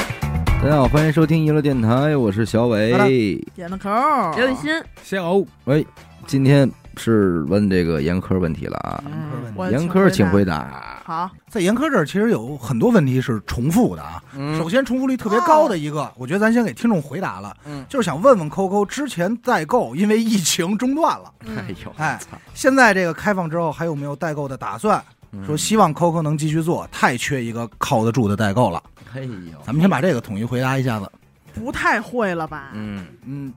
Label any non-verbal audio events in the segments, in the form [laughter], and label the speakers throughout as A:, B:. A: 大家好，欢迎收听娱乐电台，我是小
B: 好
A: 伟。
B: 点的口，
C: 刘雨欣，
D: 先熬
A: 喂，今天是问这个严苛问题了啊，
B: 嗯
D: 我
A: 严苛请回
B: 答。
A: 答。
B: 好，
D: 在严苛这儿，其实有很多问题是重复的啊。首
A: 嗯，
D: 先，重复率特别高的一
A: 哦
D: 个，我觉得咱先给听众回答了，
A: 嗯
D: 就是想问问 Coco，之前代购因为疫情中断了，
A: 哎
B: 嗯
A: 呦，
D: 哎
A: 操，
D: 现在这个开放之后还有没有代购的打算？
A: 嗯
D: 说希望 Coco 能继续做，太缺一个靠得住的代购了。
A: 哎呦，
D: 咱们先把这个统一回答一下子。
B: 不太会了吧？
A: 嗯，
D: 嗯，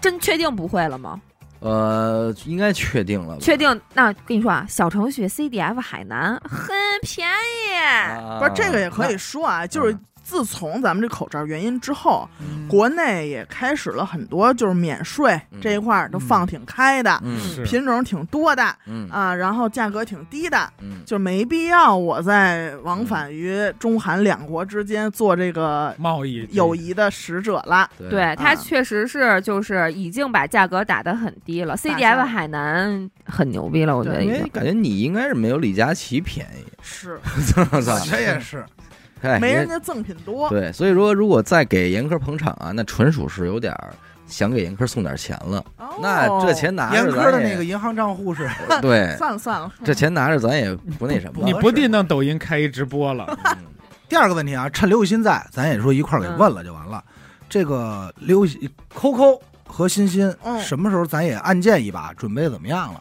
C: 真确定不会了吗？
A: 呃，应该确定了吧，
C: 确定？那跟你说啊，小程序 CDF 海南很便宜，
A: 啊
B: 不是这个也可以说
A: 嗯
B: 啊，就是自从咱们这口罩原因之后，国内也开始了很多就是免税
A: 嗯
B: 这一块儿都放挺开的，
A: 嗯
D: 是
B: 品种挺多的
A: 嗯
B: 啊，然后价格挺低的，
A: 嗯
B: 就没必要我在往返于中韩两国之间做这个
E: 贸易
B: 友谊的使者了。
C: 对，它
B: 啊
C: 确实是就是已经把价格打得很低了。
B: 下
C: CDF 海南很牛逼了，我觉得已
A: 因为
C: 经。
A: 感觉你应该是没有李佳琦便
B: [laughs]
A: 宜，
B: 是，
A: 我操，
D: 这也是
A: 哎
B: 没人
A: 家
B: 家赠品多。
A: 对，所以说如果再给严苛捧场啊，那纯属是有点儿想给严苛送点钱了。
B: 哦
A: 那这钱拿
D: 严
A: 着
D: 苛
A: 咱
D: 的
A: 也
D: 那个银行账
A: [laughs]
D: 户是
A: 对，
B: 算了算了，
A: 这钱拿着咱也不那什么。
E: 你不定弄抖音开一直播了，
A: 嗯
D: 第二个问题啊，趁刘雨欣在，咱也说一块儿给问了就完了。这个刘雨欣、Coco 和欣欣，
B: 嗯
D: 什么时候咱也按键一把，准备怎么样了？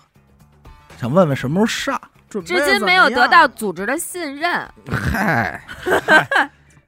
D: 想问问什么时候上？
B: 准备
C: 至今
B: 怎么
C: 没有
B: 样
C: 得到组织的信任，
A: 嗨，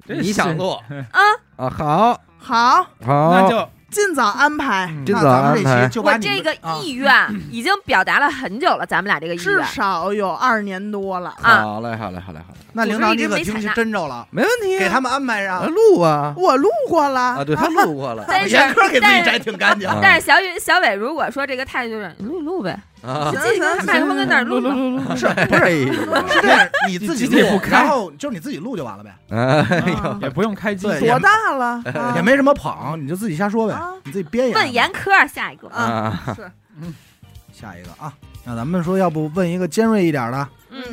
E: 真
A: 你想
E: 是
A: 做啊？好，
B: 好，
E: 那
A: 好，
E: 就
B: [laughs] 尽早安排，
E: 嗯
A: 这
D: 那
A: 早
D: 咱
A: 安
D: 们这
A: 排
D: 期就把
C: 我
D: 你
C: 这
D: 们啊
C: 个意愿已经表达了很久了，咱们俩这个意
B: 至
C: 愿。
B: 少有二年多了。
C: 啊
A: 好嘞，好嘞，好嘞，好嘞，
D: 那领导这个
C: 组织
D: 经
C: 一直
D: 济
C: 没采
D: 真着了，
A: 没问题啊。
D: 给他们安排
A: 啊
D: 上。
A: 录啊
B: 我录过了
A: 啊！对他录过
C: [laughs]
A: 了
C: 但是
D: 严苛给自
C: 但
D: 己
C: 是
D: 摘挺干净
A: 啊。
C: 但是小雨、小伟如果说这个态度就是你录一录呗，
A: 啊
C: 你，
B: 行
C: 自己跟麦克风跟那儿录吧。
D: 是
A: [laughs] 不是？
D: 是这样，你自己
E: 你自己
D: 录
E: 不，开
D: 然后就是你自己录就完了呗，
A: 哎
E: 啊也不用开机，
D: 对
B: 多大了？啊
D: 哎也没什么捧，你就自己瞎说呗
B: 啊，
D: 你自己编一
C: 问严苛下
D: 哎
C: 一个，
A: 啊，
B: 是，
D: 下一个啊，那咱们说，要不问一个尖锐一点的，
C: 嗯，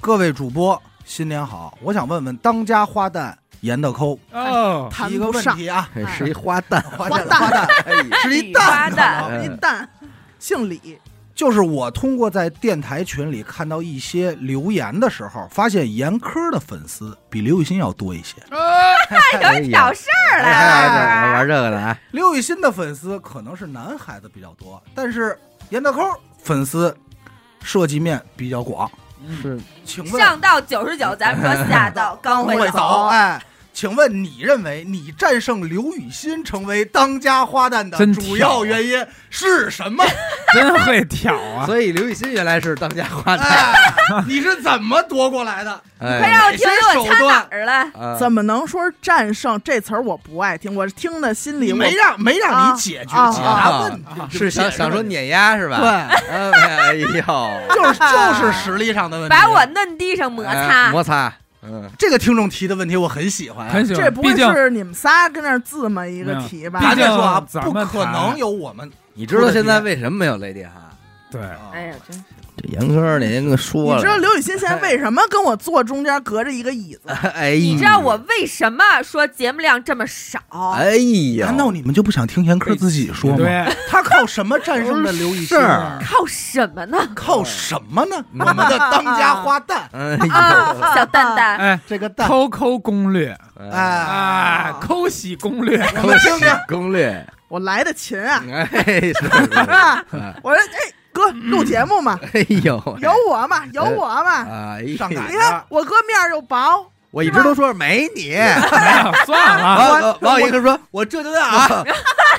D: 各位主播，新年好！我想问问当家花旦严的抠
E: 哦，
B: 谈
D: 提一个
B: 不
D: 问
B: 上
D: 题啊，
A: 是一花旦，
D: 花
B: 花
D: 旦花
B: [laughs]
D: 旦哎是一
C: 花
D: 蛋
C: 旦
A: 哎
B: 一旦姓李，
D: [laughs] 就是我通过在电台群里看到一些留言的时候，发现严苛的粉丝比刘雨欣要多一些，
A: 哎
C: 有
A: 呀
C: 挑事儿
A: 哎呀
C: 了。
A: 玩这个的
D: [laughs]
A: 啊，
D: 刘雨欣的粉丝可能是男孩子比较多，但是严的抠粉丝涉及面比较广，
A: 是
D: 请问
C: 上到九十九，咱们说下到刚
D: 会
C: 会
D: 走
C: 走。
D: 哎。请问你认为你战胜刘雨欣成为当家花旦的
E: 真
D: 主要
E: 挑啊
D: 原因是什
E: [laughs]
D: 么？
E: 真会挑啊！
A: 所以刘雨欣原来是当家花旦，
D: 哎，你是怎么夺过来的？
C: 快
A: 哎，
C: 让我听听我插哪儿了？
A: 啊
B: 怎么能说是战胜这词儿？我不爱听，我听的心里
D: 你
B: 我
D: 没让没让你解决
B: 啊
D: 解答问题，
A: 是想想说碾压是吧？
D: 对，
A: 哎，哎呦，
D: 就是就是实力上的问题。
C: 把我弄地上 [laughs] 摩
A: 哎
C: 擦。
A: 摩擦，嗯，
D: 这个听众提的问题我很喜欢啊，
E: [laughs] 很喜
B: 哎这
E: 欢，
B: 不
E: 毕
B: 会
E: 竟
B: 是你们仨跟那儿自么一个题吧
E: 毕？
D: 咱
E: 竟
D: 再说啊，
E: 咱
D: 不
E: 们
D: 可
E: 谈
D: 能有我们。
A: 你知道现在为什么没有 Lady 哈？
E: 对，
D: 啊
C: 哎呀，真
A: 这严苛那天跟说
B: 你
A: 了，
B: 知道刘雨欣现在
D: 哎
B: 为什么跟我坐中间隔着一个椅子？啊
A: 哎，
C: 你
A: 你
C: 知道我为什么说节目量这么少？
A: 哎呀，
D: 难道你们就不想听严苛自己说吗？
E: 对，
D: 他靠什么战胜的刘雨欣啊？
C: 靠什么呢？
D: [laughs] 靠什么呢？我们的当家花旦，
A: 哎呀，
C: 啊，小蛋蛋，
E: 哎，
D: 这个蛋，
E: 抠抠攻略
A: 哎，
D: 哎，
E: 啊，抠洗攻略，
D: [laughs] 我们听听。
A: 攻略，
B: 我来的勤
D: 嗯
B: 啊！
A: 哎，是是
B: 我说，哎，哥录节目嘛，
A: 哎呦，
B: 有我嘛，有我嘛。
A: 哎
D: 上赶
B: 你看我哥面儿又薄，
A: 我一直都说没你，
E: 哎呀算了啊，
A: 然后然后一个说，我这就在啊，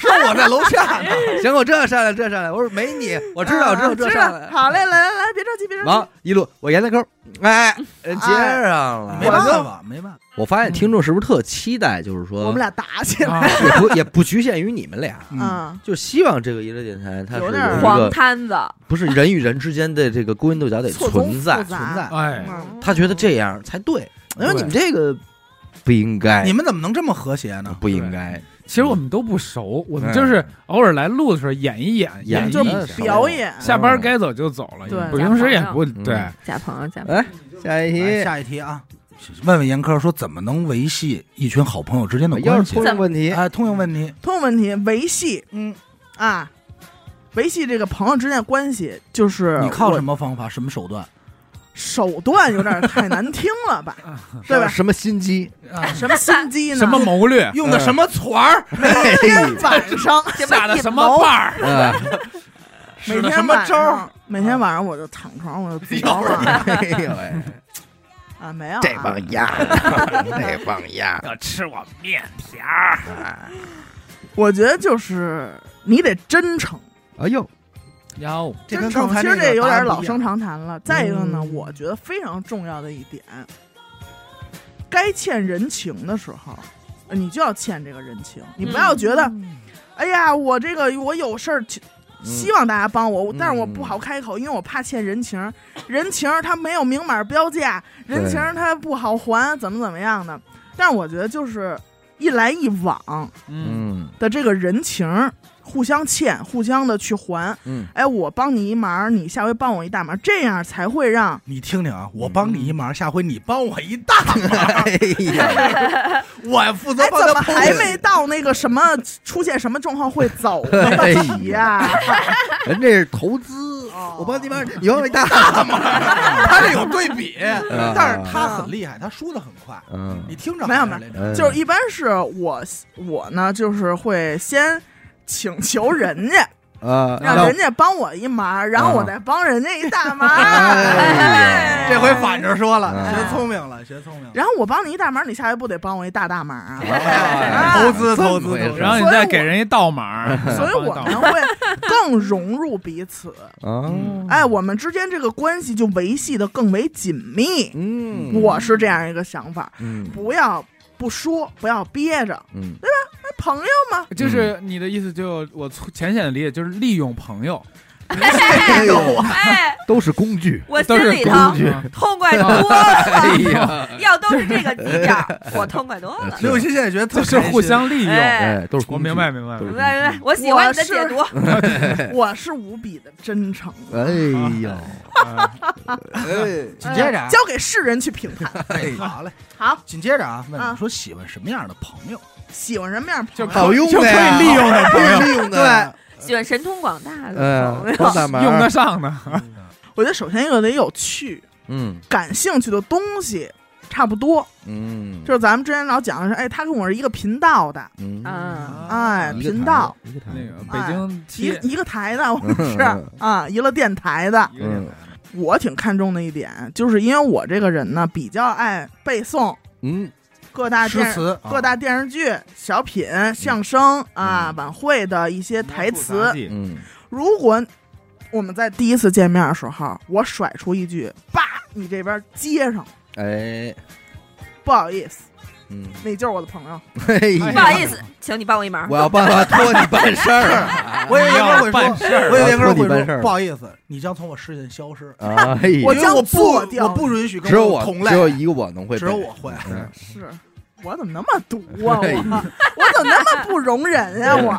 D: 是我在楼下呢。
A: 行，我这上来这上来，我说没你，我知道，我知道
B: 啊
A: 这
B: 知
A: 上来，
B: 好嘞，来来来，别着急，别着急
A: 完。一路我沿着沟，哎，接上
D: 没
A: 了。
D: 办法，没办法。
A: 我发现听众是不是特期待，就是说
B: 我们俩打起来。
E: 啊
A: 也不也不局限于你们俩，
D: 嗯，
B: 嗯，
A: 就希望这个娱乐电台它是
B: 有
A: 有
B: 点儿
A: 一
C: 黄
A: 个
C: 摊子，
A: 不是人与人之间的这个勾心斗角得
B: 错综
A: 存在
B: 复杂
A: 存在，
E: 哎，
B: 嗯
A: 他觉得这样才对，因为你们这个不应该，
D: 你们怎么能这么和谐呢？
A: 不应该
E: 其实我们都不熟，我们就是偶尔来录的时候演一演，
A: 演
E: 一
B: 嗯就
A: 绎
E: 演
A: 一下
B: 表演。
E: 下班该走就走了，
B: 对
E: 也不平时也不
A: 嗯
E: 对，
C: 假朋友，假朋友
A: 来下一
D: 哎
A: 题，
D: 下一题啊，问问严科说怎么能维系一群好朋友之间的
A: 要
D: 关
A: 是
D: 系
A: 出？现问题，，
B: 啊
D: 哎，通用问题，
B: 通用问题维系
D: 嗯，
B: 啊，维系这个朋友之间的关系，就是
D: 你靠
B: 我
D: 什么方法、什么手段？
B: 手段有点太难听了吧
A: [laughs]
B: 对吧？
A: 什么心
B: [laughs]
A: 机？
D: 啊，
B: 什么心机呢？
E: 什么谋略，
D: 用的什么词儿？
A: 嘿，
B: [laughs] 晚上？
E: 下的什么绊儿，
A: 啊
B: 每
D: 使的什
B: 天
D: 么
B: 晚
D: 招儿？
B: 上，每天晚上我就躺床，我就
A: [laughs]
B: 自
A: 哎
B: 挠了
A: 呦喂，哎
B: 啊，没有啊
A: 这帮鸭，这帮鸭，
E: 要吃我面条儿，
B: 我觉得就是你得真诚，
A: 哎呦，
E: 哟，
D: 这
B: 真
D: 跟
B: 诚
D: 刚才
B: 其实
D: 那
B: 这
D: 个
B: 有
D: 答案
B: 点
D: 不
B: 老
D: 一
B: 生
D: 样
B: 常谈了。再一个呢，
D: 嗯
B: 我觉得非常重要的一点，该欠人情的时候，你就要欠这个人情，你不要觉得，
D: 嗯
B: 哎呀，我这个我有事儿去。希望大家帮我，但是我
D: 嗯
B: 不好开口，因为我怕欠人情。人情它没有明码标价，人情它不好还，怎么怎么样的。但是我觉得就是一来一往
E: 嗯，
A: 嗯
B: 的这个人情，互相欠，互相的去还。
A: 嗯，
B: 哎，我帮你一忙，你下回帮我一大忙，这样才会让
D: 你听听啊，我帮你一忙，下回你帮我一大
B: 嗯
D: 忙，
A: 哎呀，
D: 我负责
B: 哎，
D: 帮他
B: 怎么
D: 铺
B: 还
D: 路
B: 没到那个什么出现什么状况会走的
A: 哎
B: 题呀、
A: [laughs] 人这是投资，
B: 哦
A: 我帮你把你帮我一大忙，
D: 啊他这有对比，但是他很厉害，他输的很快。
A: 嗯
D: 你听着，
B: 嗯没有
D: 还是那种
A: 嗯
B: 就是一般是我我呢，就是会先请求人家，
A: 啊，
B: 让人家帮我一忙，然后我再帮人家一大忙。
A: 哎
C: 呀
D: 这回反着说了，
A: 嗯
D: 学聪明了，学聪明了。
B: [laughs] 然后我帮你一大忙，你下回不得帮我一大大忙啊？
D: 哎
A: 啊
D: 投资
A: 这么
D: 投资
A: 回事
D: 投资
E: 然后你再给人一倒码儿，
B: 所以我
E: 帮你
B: 们会更融入彼此，
A: 啊，
B: 哎，我们之间这个关系就维系的更为紧密。
A: 嗯，
B: 我是这样一个想法，
A: 嗯
B: 不要不说，不要憋着，
A: 嗯，
B: 哎，朋友嘛，
E: 就是你的意思，就我粗浅显的理解，就是利用朋友，
A: 哎呦，
C: 哎，
A: 都是工具，
C: 我
E: 都
C: 心
E: 是
C: 里头
E: 工 [laughs] 具，
C: 痛快多了。
A: 哎呀，
C: 要都是这个基调儿，我痛快多了。
D: 刘雨欣现在觉得特
E: 就是
D: 开心
E: 互，相利用。
C: 哎，
A: 哎，都是
E: 我
A: 工具
E: 明白，，明白，
A: 都
E: 明
A: 是
C: 明
E: 白
C: 白明白，我喜欢你的解读。
B: 我是无比的真诚，
A: 哎呦，
D: 紧接着啊，
B: 交给世人去评判。
A: [laughs] 哎
D: 好嘞，
B: 好，
D: 紧接着啊，问
B: 啊
D: 你说喜欢什么样的朋友？
B: 喜欢什么样的
E: 就
B: 朋
A: [laughs]
B: 友？
A: 好
E: [laughs]
A: 用
E: 就可
A: 的呀
E: 以利用的朋友，
A: 利用的，
C: 喜欢神通广大的朋
A: 嗯，
C: 友
A: 帮，大忙，
E: 用得上的，
B: 我觉得首先一个得有趣，
A: 嗯
B: 感兴趣的东西差不多，
A: 嗯，
B: 就是咱们之前老讲的是，哎，他跟我是一个频道的，
A: 嗯
C: 嗯，
B: 哎，
A: 一个
B: 频道哎
A: 台一个台
E: 那个北京
B: 一
E: 七，
B: 一个台的，我
A: 嗯
B: 是啊，娱乐电台的。
E: 一个电台
B: 我挺看重的一点，就是因为我这个人呢，比较爱背诵
A: 嗯
B: 各大
D: 诗
B: 电视、
D: 词啊
B: 各大电视剧、小品、相声啊、
A: 嗯
B: 晚会的一些台词。
A: 嗯
B: 如果我们在第一次见面的时候，我甩出一句“叭”，你这边接上，
A: 哎
B: 不好意思，
A: 嗯，
B: 你就是我的朋友。
A: 哎
E: 哎
C: 不
A: 呀，
C: 好意思，请你帮我一忙
A: 我。要办法托你办事儿
D: 我也应该会
E: 要办事
D: 说，
E: 儿
D: 我也应
A: 我
D: 该
A: 说你
D: 会
A: 办事
D: 说，
A: 儿
D: 不好意思，你将从我视线消失。
A: 啊！哎呀
B: 我
D: 因为我
B: 将做
D: 不，
B: 掉
D: 我不允许跟
A: 只有我
D: 我同类
A: 只，有一个我能会背，
D: 只有我会。
A: 嗯
B: 是我怎么那么毒啊？我
A: 哎
B: [laughs] 我怎么那么不容忍呀、
A: [laughs]
B: 我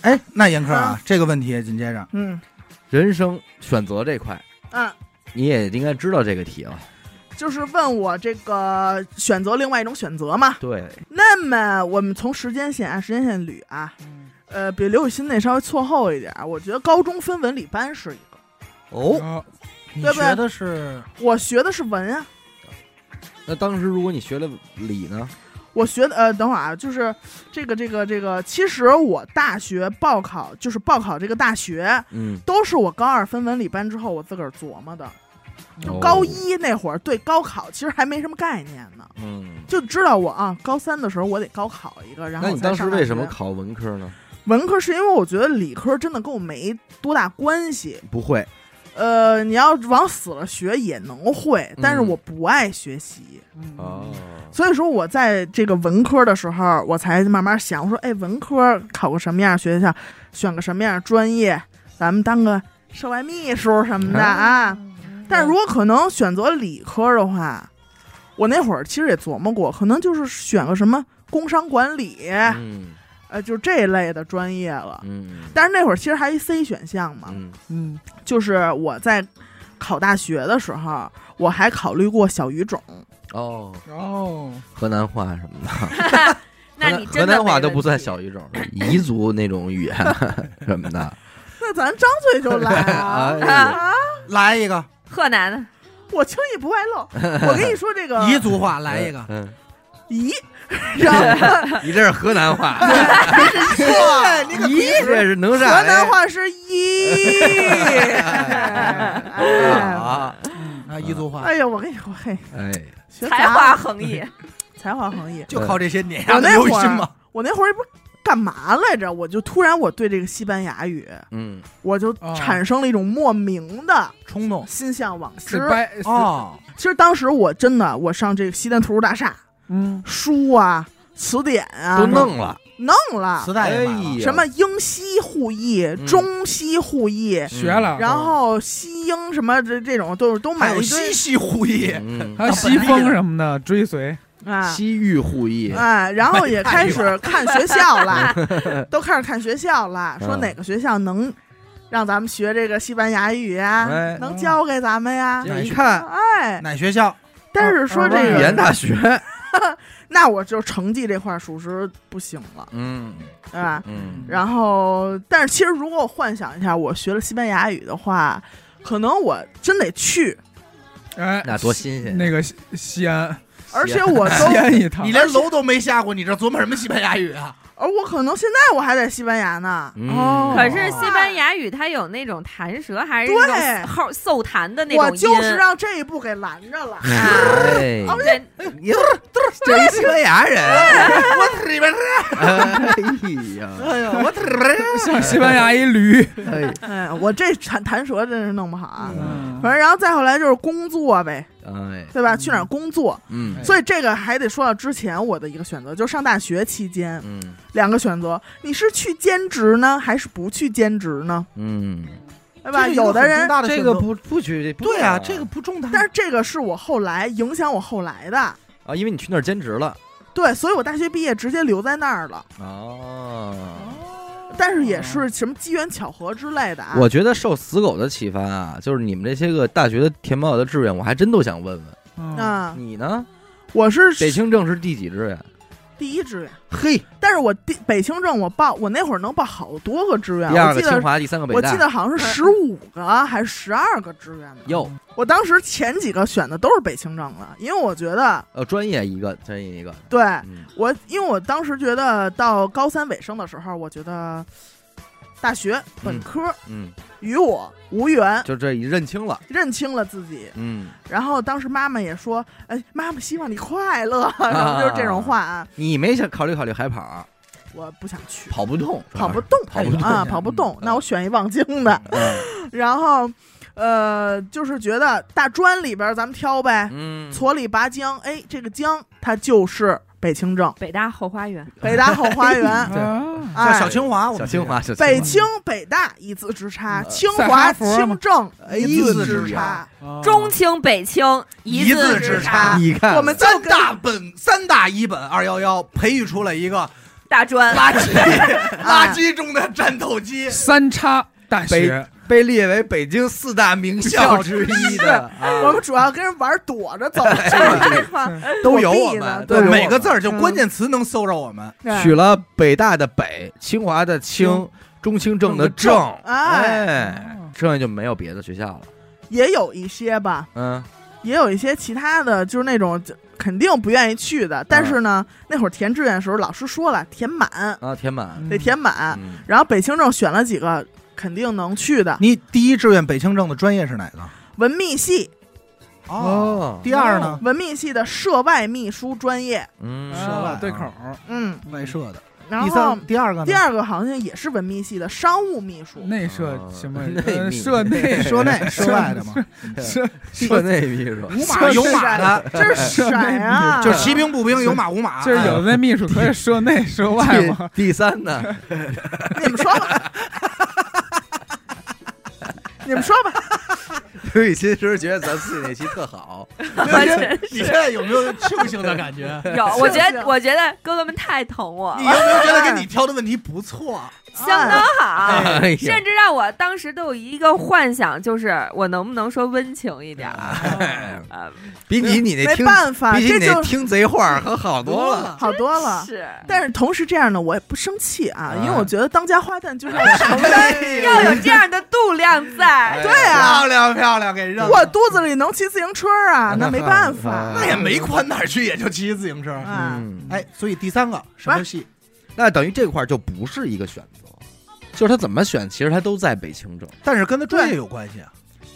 D: 哎，那严科啊，这个问题紧接着，
B: 嗯
A: 人生选择这块，
B: 嗯，
A: 你也应该知道这个题了。
B: 就是问我这个选择另外一种选择嘛。
A: 对，
B: 那么我们从时间线按时间线捋啊，
A: 嗯
B: 呃，比刘雨欣那稍微错后一点儿。我觉得高中分文理班是一个，
A: 哦，
E: 哦，
D: 你
B: 对不对
D: 学的是
B: 我学的是文啊，
A: 那当时如果你学了理呢？
B: 我学的呃，等会儿啊，就是这个这个这个，其实我大学报考就是报考这个大学。
A: 嗯，
B: 都是我高二分文理班之后我自个儿琢磨的，
A: 哦
B: 就高一那会儿对高考其实还没什么概念呢，
A: 嗯，
B: 就知道我啊高三的时候我得高考一个，然后
A: 那你
B: 我才
A: 当时
B: 上大
A: 为什么
B: 学
A: 考文科呢？
B: 文科是因为我觉得理科真的跟我没多大关系。
A: 不会，
B: 呃，你要往死了学也能会，
A: 嗯
B: 但是我不爱学习，
A: 哦，
B: 所以说我在这个文科的时候，我才慢慢想，我说，哎，文科考个什么样的学校，选个什么样的专业，咱们当个涉外秘书什么的啊。
A: 嗯
B: 但是如果可能选择理科的话，我那会儿其实也琢磨过，可能就是选个什么工商管理，
A: 嗯
B: 呃，就这一类的专业了。
A: 嗯
B: 但是那会儿其实还一 C 选项嘛，
A: 嗯
E: 嗯，
B: 就是我在考大学的时候，我还考虑过小语种，
A: 哦，
E: 哦，
A: 河南话什么的，
C: [laughs] 那
A: 河
C: 你
A: 南河
C: 真的
A: 南话
C: 没
A: 都
C: 问
A: 不算
C: 题
A: 小语种，彝族那种语言什么的。
B: [laughs] 那咱张嘴就来 [laughs] 啊！
A: 哎呀
B: 啊
D: 来一个
C: 河南的，
B: 我轻易不外 [laughs] 露。我跟你说这个
D: 彝族话，来一个，
A: [laughs] 嗯，
B: 咦， [laughs] 然后
A: [laughs] 你这是河南
B: [laughs]
A: 话，
B: 啊
D: 哇，你
A: 咦，这是能
B: 河
A: 啥呀？
B: 南话是咦。哎
A: 啊，
D: 啊，彝族话
B: [laughs] 哎呀，我跟你说，嘿，
A: 哎，
B: 学
C: 才
B: 杂
C: 华横溢，
B: 才华横溢。
D: 就靠这些碾
B: 我
D: 压的
B: 那
D: 刘雨
B: 会
D: 欣嘛
B: 儿，，我那会儿不是干嘛来着？我就突然我对这个西班牙语，
A: 嗯，
B: 我就
E: 哦
B: 产生了一种莫名的
D: 冲动
B: 心向往之。
E: 是白哦，
D: 哦，
B: 其实当时我真的，我上这个西单图书大厦，
E: 嗯，
B: 书啊、词典啊
A: 都弄了，
B: 弄了
D: 磁，带也买了
A: 哎呀
B: 什么英西互译、
A: 嗯
B: 中西互译，
E: 学了，
B: 然后西英什么这这种都都
D: 还
B: 买了
D: 有
B: 一堆
D: 西西互译，
A: 嗯
E: 还有西风什么的追随，
A: [laughs]
B: 啊。
A: 西域互译，
B: 哎，然后也开始看学校了，
A: [laughs]
B: 都开始看学校了，
A: 嗯
B: 说哪个学校能让咱们学这个西班牙语
A: 哎
B: 啊，能教给咱们呀
A: 结？果一
D: 哪
A: 看
B: 哎，
D: 哪学校？
B: 但是说这
A: 语
B: 个
A: 言大学，
B: 那我就成绩这块儿属实不行了，
A: 嗯
B: 对吧？
A: 嗯
B: 然后，但是其实如果我幻想一下，我学了西班牙语的话，可能我真得去，
E: 哎，
A: [laughs] 那多新鲜
E: 那个西西安，
B: 而且我
E: 西
B: 都，
E: 安一趟
D: 你，连楼都没下过，你这琢磨什么西班牙语啊？
B: 而我可能现在我还在西班牙呢。
A: 嗯
B: 哦，
C: [laughs] 可是西班牙语它有那种弹舌，还是那
B: 对
C: 种后奏弹的那种
B: 我
C: 音。
B: 就是让这一步给拦着
C: [laughs]
B: 了。
C: 啊，
A: 哎，
C: 对，
A: 你这是一西班牙人，
D: 我里边
A: 哎呀，
D: 哎呀，我
E: 像西班牙一驴，
A: 哎，
B: 哎，我这弹弹舌真是弄不好啊。
E: 嗯
B: 反正，然后再后来就是工作呗，
A: 哎，
B: 对吧？去哪儿工作？
A: 嗯
C: 哎
B: 所以这个还得说到之前我的一个选择，就是上大学期间
A: 嗯
B: 两个选择，你是去兼职呢，还是不去兼职呢？
A: 嗯，
B: 对吧？有的人
A: 这个不不许，不
D: 对啊，
A: 能
D: 这个不重大。
B: 但是这个是我后来影响我后来的，
A: 啊，因为你去那儿兼职了，
B: 对，所以我大学毕业直接留在那儿了，
A: 哦。
B: 但是也是什么机缘巧合之类的啊。
A: 我觉得受死狗的启发啊，就是你们这些个大学的填报的志愿，我还真都想问问
E: 嗯，
B: 啊，
A: 你呢？
B: 我是
A: 北清政是第几志愿？
B: 第一志愿，
A: 嘿，
B: 但是我第北清政我报，我那会儿能报好多个志愿，
A: 第二
B: 我
A: 个
B: 记
A: 清
B: 得
A: 华，第三个北
B: 我
A: 大。
B: 记得好像是十五个还是十二个志愿吧。
A: 哟，
B: 我当时前几个选的都是北清政的，因为我觉得
A: 呃，专业一个，专业一个。
B: 对
A: 嗯
B: 我，因为我当时觉得到高三尾声的时候，我觉得大学本科
A: 嗯，
B: 与我无缘，
A: 就这一认清了。
B: 认清了自己。
A: 嗯，
B: 然后当时妈妈也说：“哎，妈妈希望你快乐。”然后就是这种话啊，
A: 你没想考虑考虑海跑，啊
B: 我不想去，
A: 跑不动，
B: 跑不动，
A: 跑不动
B: 啊，跑不动。那我选一望京的，
A: 嗯
B: 然后呃，就是觉得大专里边儿咱们挑呗，
A: 嗯，
B: 矬里拔江，哎，这个江它就是北清政，
C: 北大后花园，
B: 北大后花园，
A: 对
E: 啊
D: 像
B: 哎，
D: 小清华，我
A: 小
D: 们
A: 清华，小
B: 北
A: 清
B: 清北大一字之差，
A: 嗯
B: 清
E: 塞哈
B: 华
E: 佛嘛
B: 清政
A: 哎
B: 一字
A: 一字之
B: 之差，
E: 哦
C: 中清北清
D: 一字
C: 字
D: 之
A: 华。
C: 差
D: 差，
A: 你看，
B: 我们就
D: 三
B: 跟
D: 大本三大一本二幺幺培育出了一个
C: 大专
D: 垃
B: [laughs]
D: 圾
B: 哎
D: 垃圾中的战斗机。
E: 三叉大学，
A: 被列为北京四大名校之一的，
B: 我们主要跟人玩躲着
D: 哎
B: 走，
C: 对吗？
A: 都有
B: 躲
A: 我
B: 避呢
A: 们，
B: 对
A: 都有
D: 每
A: 我
D: 个
A: 们
D: 字儿
B: 嗯
D: 就关键词能搜着我们，
B: 对
A: 取了北大的北，清华的清
E: 清，
A: 中清政的
E: 政
A: 政，
B: 哎
A: 哎，剩下就没有别的学校了。
B: 也有一些吧，
A: 嗯，
B: 也有一些其他的，就是那种就肯定不愿意去的。但是呢，
D: 嗯
B: 那会儿填志愿的时候，老师说了，填满
A: 啊，填满，
B: 得填满。
A: 嗯
B: 然后北清政选了几个肯定能去的，
D: 你第一志愿北清政的专业是哪个？
B: 文秘系，
A: 哦，
D: 第二呢？
B: 文秘系的涉外秘书专业，
A: 嗯，
D: 是吧
E: 啊对口，
B: 嗯，
D: 外设的。
B: 然
D: 第
B: 后
D: 三、第二个呢？
B: 第二个好像也是文秘系的商务秘书，
E: 内设什么
A: 啊？
E: 呃
A: 内密
E: 设内
D: 说内说外的嘛，
E: 设
A: 社内秘书，
D: 无马有马的，
B: 这
D: [laughs]
B: 是色呀、啊？
D: 就是骑兵、步兵、有马、无马。哎
E: 就是 [laughs] 有
A: 啊
E: 的秘书可以说内说外
A: [laughs]
E: 嘛。
A: 第第三呢？
B: [laughs]
A: [laughs]
B: 你们说吧，你们说吧，
A: 刘雨欣是不是觉得咱自己那期特好？
D: 你现在有没有庆幸的感觉？
C: 有，我觉得我觉得哥哥们太疼我
D: [laughs] 你
C: 了，
D: 有没有觉得跟你挑的问题不错？
C: 相当好，
A: [laughs] 哎呀 [laughs]
C: 甚至让我当时都有一个幻想，就是我能不能说温情一点儿
A: 哎
C: 啊？
A: 比起你那
B: 没
A: 听，
B: 办法，
A: 比起
B: 这
A: 你那
B: 就
A: 听贼话可好多了。
B: 好多了。
C: 是，
B: 但是同时这样呢，我也不生气啊，因为
A: 啊
B: 我觉得当家花旦就是要承担。
C: 要有这样的度量在，
A: 哎
B: 对啊
D: 漂亮漂亮，给认了。
B: 我肚子里能骑自行车啊，那没办法。
D: 那也没宽哪儿去，也就骑自行车。
B: 啊，
A: 嗯，
D: 哎，所以第三个什么戏？
A: 那等于这块儿就不是一个选择，就是他怎么选，其实他都在被轻整。
D: 但是跟他专业有关系啊。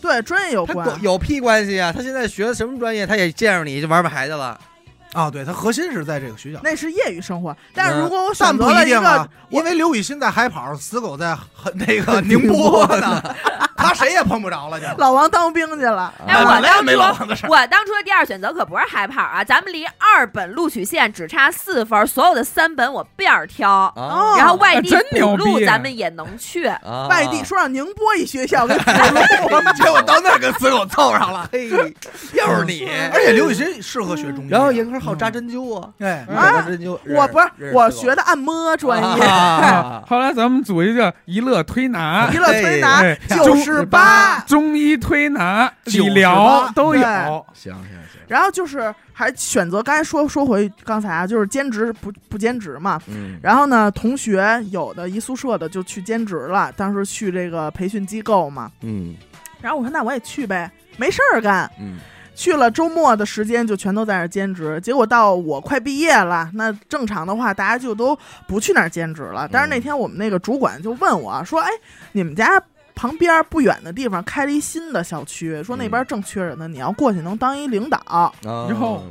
B: 对专业有
A: 他
B: 关
A: 有。有屁关系啊！他现在学的什么专业，他也见着你就玩牌去了。
D: 啊，对，他核心是在这个学校，
B: 那是业余生活，但是如果我
D: 但
B: 选择
D: 不
B: 了
D: 一
B: 一
D: 定啊
B: 个，，
D: 因为刘雨欣在海跑，死狗在很 [laughs] 那个宁波呢， [laughs] 他谁也碰不着了就。
B: [laughs] 老王当兵去了，
C: 哎我
D: 本来也
C: 当
D: 没
C: 初
D: 老王的事儿。
C: 我当初的第二选择可不是海跑啊，咱们离二本录取线只差四分，所有的三本我遍儿挑，
B: 哦
C: 然后外地
E: 真
C: 补
E: 牛
C: 录
E: 逼
C: 咱们也能去。
A: 啊
B: 外地，说让宁波一学校给补录，
D: [laughs] 结果到那儿跟死狗凑上了，
A: 嘿，又是你。
D: 而且刘雨欣适合学中医的，
A: 嗯
D: 啊
A: 然后严科好扎针灸啊，
D: 哎，
A: 你
B: 啊
A: 扎针灸。
B: 我不是我学
A: 的
B: 的按摩专
A: [laughs]
B: 业，
E: 啊后来咱们组一个一乐推拿
B: [laughs] 娱，乐推拿
E: 哎
B: 九十八，
E: 中医推拿、
D: 98
E: 理疗都有。
B: 对
A: 行行行，
B: 然后就是还选择，刚才说说回刚才啊，就是兼职不不兼职嘛。
A: 嗯，
B: 然后呢，同学有的一宿舍的就去兼职了，当时去这个培训机构嘛。
A: 嗯
B: 然后我说那我也去呗，没事儿干，
A: 嗯
B: 去了周末的时间就全都在那儿兼职，结果到我快毕业了，那正常的话大家就都不去那儿兼职
A: 嗯
B: 了。但是那天我们那个主管就问我说：“哎，你们家旁边不远的地方开了一新的校区，说那边正缺人呢，你要过去能当一领导，
A: 啊
E: 然后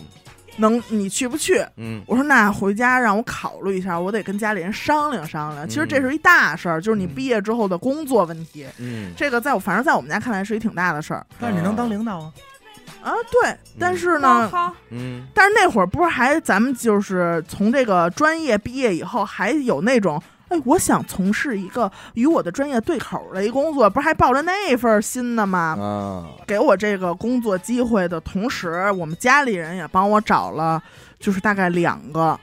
B: 能你去不去？”
A: 嗯
B: 我说那回家让我考虑一下，我得跟家里人商量商量。其实这
A: 嗯
B: 是一大事儿，就是你
A: 嗯
B: 毕业之后的工作问题，
A: 嗯，
B: 这个在我反正在我们家看来是一挺大的事儿
D: 但是你能当领导啊？
B: 啊。对，但是呢，
C: 好，
A: 嗯
B: 但是那会儿不是还咱们就是从这个专业毕业以后，还有那种哎，我想从事一个与我的专业对口的一工作，不是还抱着那份心呢
D: 嗯
B: 吗？
A: 啊，
B: 给我这个工作机会的同时，我们家里人也帮我找了，就是大概两个，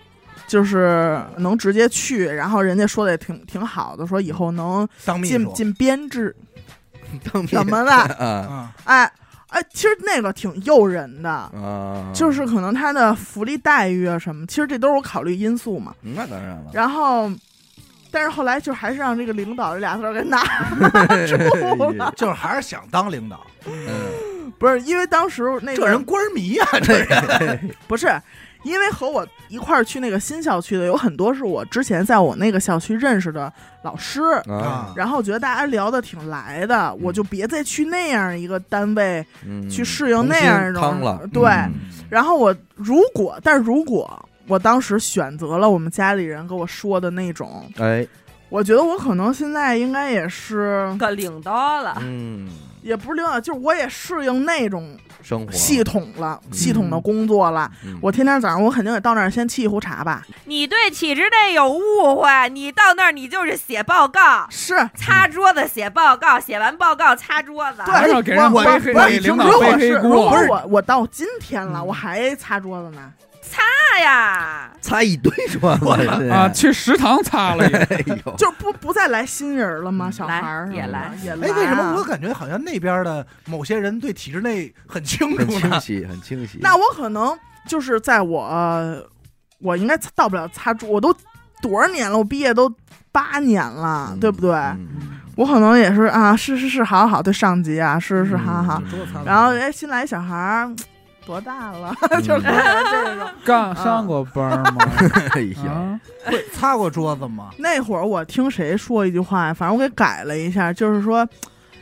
B: 就是能直接去，然后人家说的也挺挺好的，说以后能
D: 当秘
B: 进
D: 书
B: 进
D: [laughs]
B: 编制
A: 当
B: 什么的，
A: 啊
D: 啊，
B: 哎哎，其实那个挺诱人的，
A: 啊，
D: 嗯
B: [laughs] 就是可能他的福利待遇啊什么，其实这都是我考虑因素嘛。
A: 嗯那当然了，
D: 嗯
B: 然后，但是后来就还是让这个领导这俩字儿给拿住
D: [laughs]
B: 了，
D: 就是还是想当领导，
A: 嗯
B: 不是因为当时哎那
D: 这
B: 个
D: 人官迷啊，这
A: [laughs]
D: 人。
B: 不是。因为和我一块儿去那个新校区的有很多是我之前在我那个校区认识的老师，
D: 嗯
A: 啊，
B: 然后觉得大家聊得挺来的，我就别再去那样一个单位
A: 嗯
B: 去适应那样一
A: 重新
B: 种
A: 康了，嗯
B: 对然后我如果，但是如果我当时选择了我们家里人跟我说的那种，
A: 嗯哎，
B: 我觉得我可能现在应该也是，
C: 可领到了。
A: 嗯，
B: 也不是领导，就是我也适应那种
A: 生活
B: 系统了，
A: 嗯
B: 系统的工作了。
A: 嗯
B: 我天天早上我肯定得到那儿先沏一壶茶吧，
C: 你对体制内有误会，你到那儿你就是写报告，
B: 是
C: 擦桌子写报告，写完报告擦桌子。
D: 哎
B: 对
E: 还要给人
B: 我
E: 背黑
B: 我
E: 给领
B: 如
E: 导
B: 果
E: 背
B: 是如
E: 黑
B: 果
E: 锅，
B: 我我到今天了，
E: 嗯
B: 我还擦桌子呢，
C: 那呀，
A: 擦一堆
B: [laughs]
A: 砖了
E: 啊，，去食堂擦了也。
A: 哎呦，
B: 就不不再来新人了
A: 嗯
B: 吗？小孩儿
C: 来也
B: 什么的
C: 来
B: 也来
D: 哎，为什么我
B: 啊？
D: 感觉好像那边的某些人对体制内很清
A: 很
D: 楚
A: 清
D: 呢？
A: 晰，很清晰。
B: 那我可能就是在我我应该到不了擦桌，我都多少年了？我毕业都八年了，
A: 嗯
B: 对不对？
A: 嗯
B: 我可能也是啊，是是是，好好对上级啊，是是好好。
A: 嗯
D: 桌子擦了
B: 然后哎，新来小孩儿嗯多
A: [laughs]
B: 大了？ [laughs]
A: 嗯
B: 就是可能这种。
E: 刚上过班
A: [laughs]
E: 吗？
A: 哎呀，
E: 啊，
D: 会 [laughs] 擦过桌
A: [laughs]
D: 子吗？
B: 那会儿我听谁说一句话，反正我给改了一下，就是说，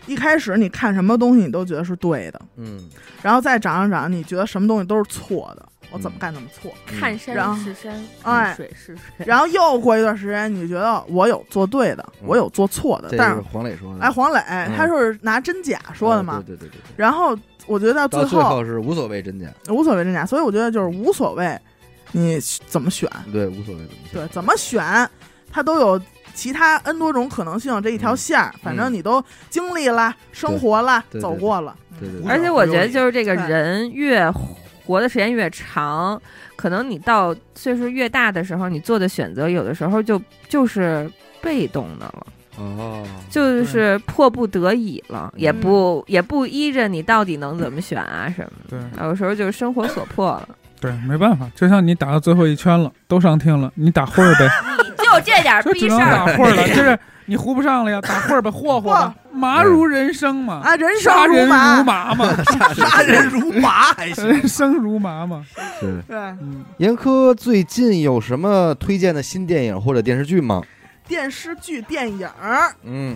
B: 一开始你看什么东西你都觉得是对的，
A: 嗯，
B: 然后再长着长，你觉得什么东西都是错的，我怎么干怎么
A: 嗯
B: 错。
C: 看山
B: 然后
C: 是山，
B: 哎
C: 看水是水。
B: 然后又过一段时间，你觉得我有做对的，
A: 嗯
B: 我有做错的，
A: 这
B: 但
A: 是
B: 是
A: 黄磊说的，
B: 哎，黄磊他
A: 嗯
B: 就是拿真假说的嘛，
A: 对对对对，
B: 然后我觉得到
A: 到
B: 最
A: 最
B: 后
A: 后是无所谓真假，
B: 无所谓真假，所以我觉得就是无所谓你怎么选，
A: 对，无所谓怎么
B: 对，怎么选，它都有其他 N 多种可能性，这一条线儿，反正你都经历了、生活了、
A: 嗯对对
B: 走过了，
A: 对对
D: 无
A: 对，
C: 而且我觉得就是这个
B: 对
C: 人越活的时间越长，可能你到岁数越大的时候，你做的选择有的时候就就是被动的了。
A: 哦，
C: 就是迫不得已了，也不也不依着你到底能怎么选啊什么
E: 对
C: 的，有时候就是生活所迫 [laughs] 了。
E: 对，没办法，就像你打到最后一圈了，都上听了，你打混儿
B: [laughs]
E: 呗，
C: 就这点
E: 就
C: 逼
E: 只
C: 事
E: 能打
C: 儿，
E: 混儿了，就是你糊不上了呀，打混儿呗，霍霍吧，麻如人生嘛，
B: 啊，人
E: 杀
B: 生 [laughs]
E: 人
B: 麻，
E: 麻嘛，
D: 杀人如麻还
B: 哎
D: 行。
E: 人生如麻嘛，
A: 是
B: 对，
E: 嗯，
A: 严科最近有什么推荐的新电影或者电视剧吗？
B: 电视剧、电影儿，
A: 嗯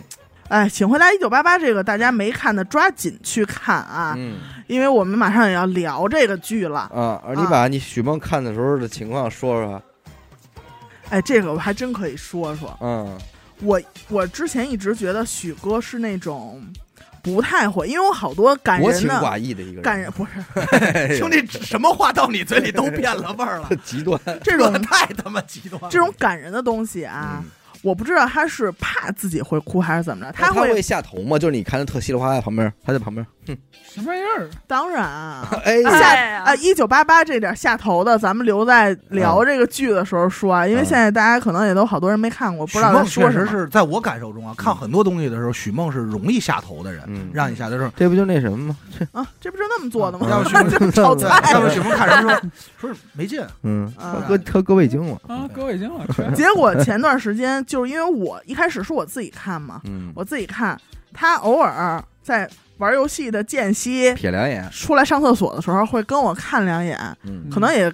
B: 哎，请回答一九八八这个大家没看的，抓紧去看啊，
A: 嗯
B: 因为我们马上也要聊这个剧了。
A: 啊，而你把你许梦看的时候的情况说说。
B: 哎，这个我还真可以说说，
A: 嗯
B: 我我之前一直觉得许哥是那种不太会，因为我好多感
A: 薄
B: 人
A: 情
B: 的
A: 寡义的一个人，
B: 感人不是
A: 哎
D: 兄弟，什么话到你嘴里都变了味儿了，
A: 极端
B: 这种
D: [laughs] 太他妈极端了。
B: 这种感人的东西啊，
A: 嗯
B: 我不知道他是怕自己会哭还是怎么着，
A: 哦他
B: 会
A: 会下头吗？就是你看他特稀里哗啦，旁边他在旁边，。
E: 什么玩意儿？
B: 当然啊
A: 哎，
B: 下
C: 哎呀
B: 啊，一九八八这点下头的，咱们留在聊这个剧的时候说啊，因为
A: 嗯
B: 现在大家可能也都好多人没看过，不
D: 许
B: 知道在
D: 梦
B: 说
D: 确
B: 什
D: 实
B: 么。
D: 是在我感受中啊，看很多东西的时候，许梦是容易下头的人，
A: 嗯
D: 让你下头的时候，
A: 这不就那什么吗？
B: 啊，这不就那么做的吗？
D: 要不许
B: [laughs] 这炒
D: 对
B: 菜
D: 要不许梦看什么说说没劲，
A: 嗯，
B: 啊
A: 喝喝各味精了。
E: 啊，各位已经了，
B: 结果前段时间就是因为我一开始是我自己看嘛，
A: 嗯，
B: 我自己看，他偶尔在玩游戏的间隙
A: 瞥两眼，
B: 出来上厕所的时候会跟我看两眼，
A: 嗯
B: 可能也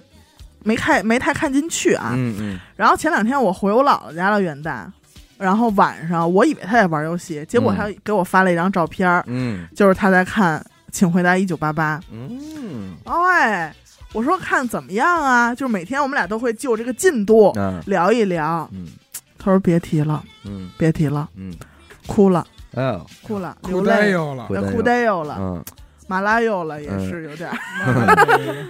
B: 没看没太看进去啊。
A: 嗯嗯
B: 然后前两天我回我姥姥家了元旦，然后晚上我以为他在玩游戏，结果他给我发了一张照片儿，
A: 嗯
B: 就是他在看《请回答一九八八》。
A: 嗯
B: 哦哎，我说看怎么样啊？就是每天我们俩都会就这个进度、
A: 啊
B: 聊一聊。
A: 嗯
B: 他说别提了，
A: 嗯
B: 别提了，
A: 嗯，
B: 哭了，
A: 哎呦，
B: 哭了，
E: 苦
B: 流
E: 呆
B: 泪。
A: [laughs]
E: 哟了
A: 哭，呆哟
B: 哭呆哟了，
A: 嗯
B: 马拉哟了，也是有点儿。 [laughs]
E: 嗯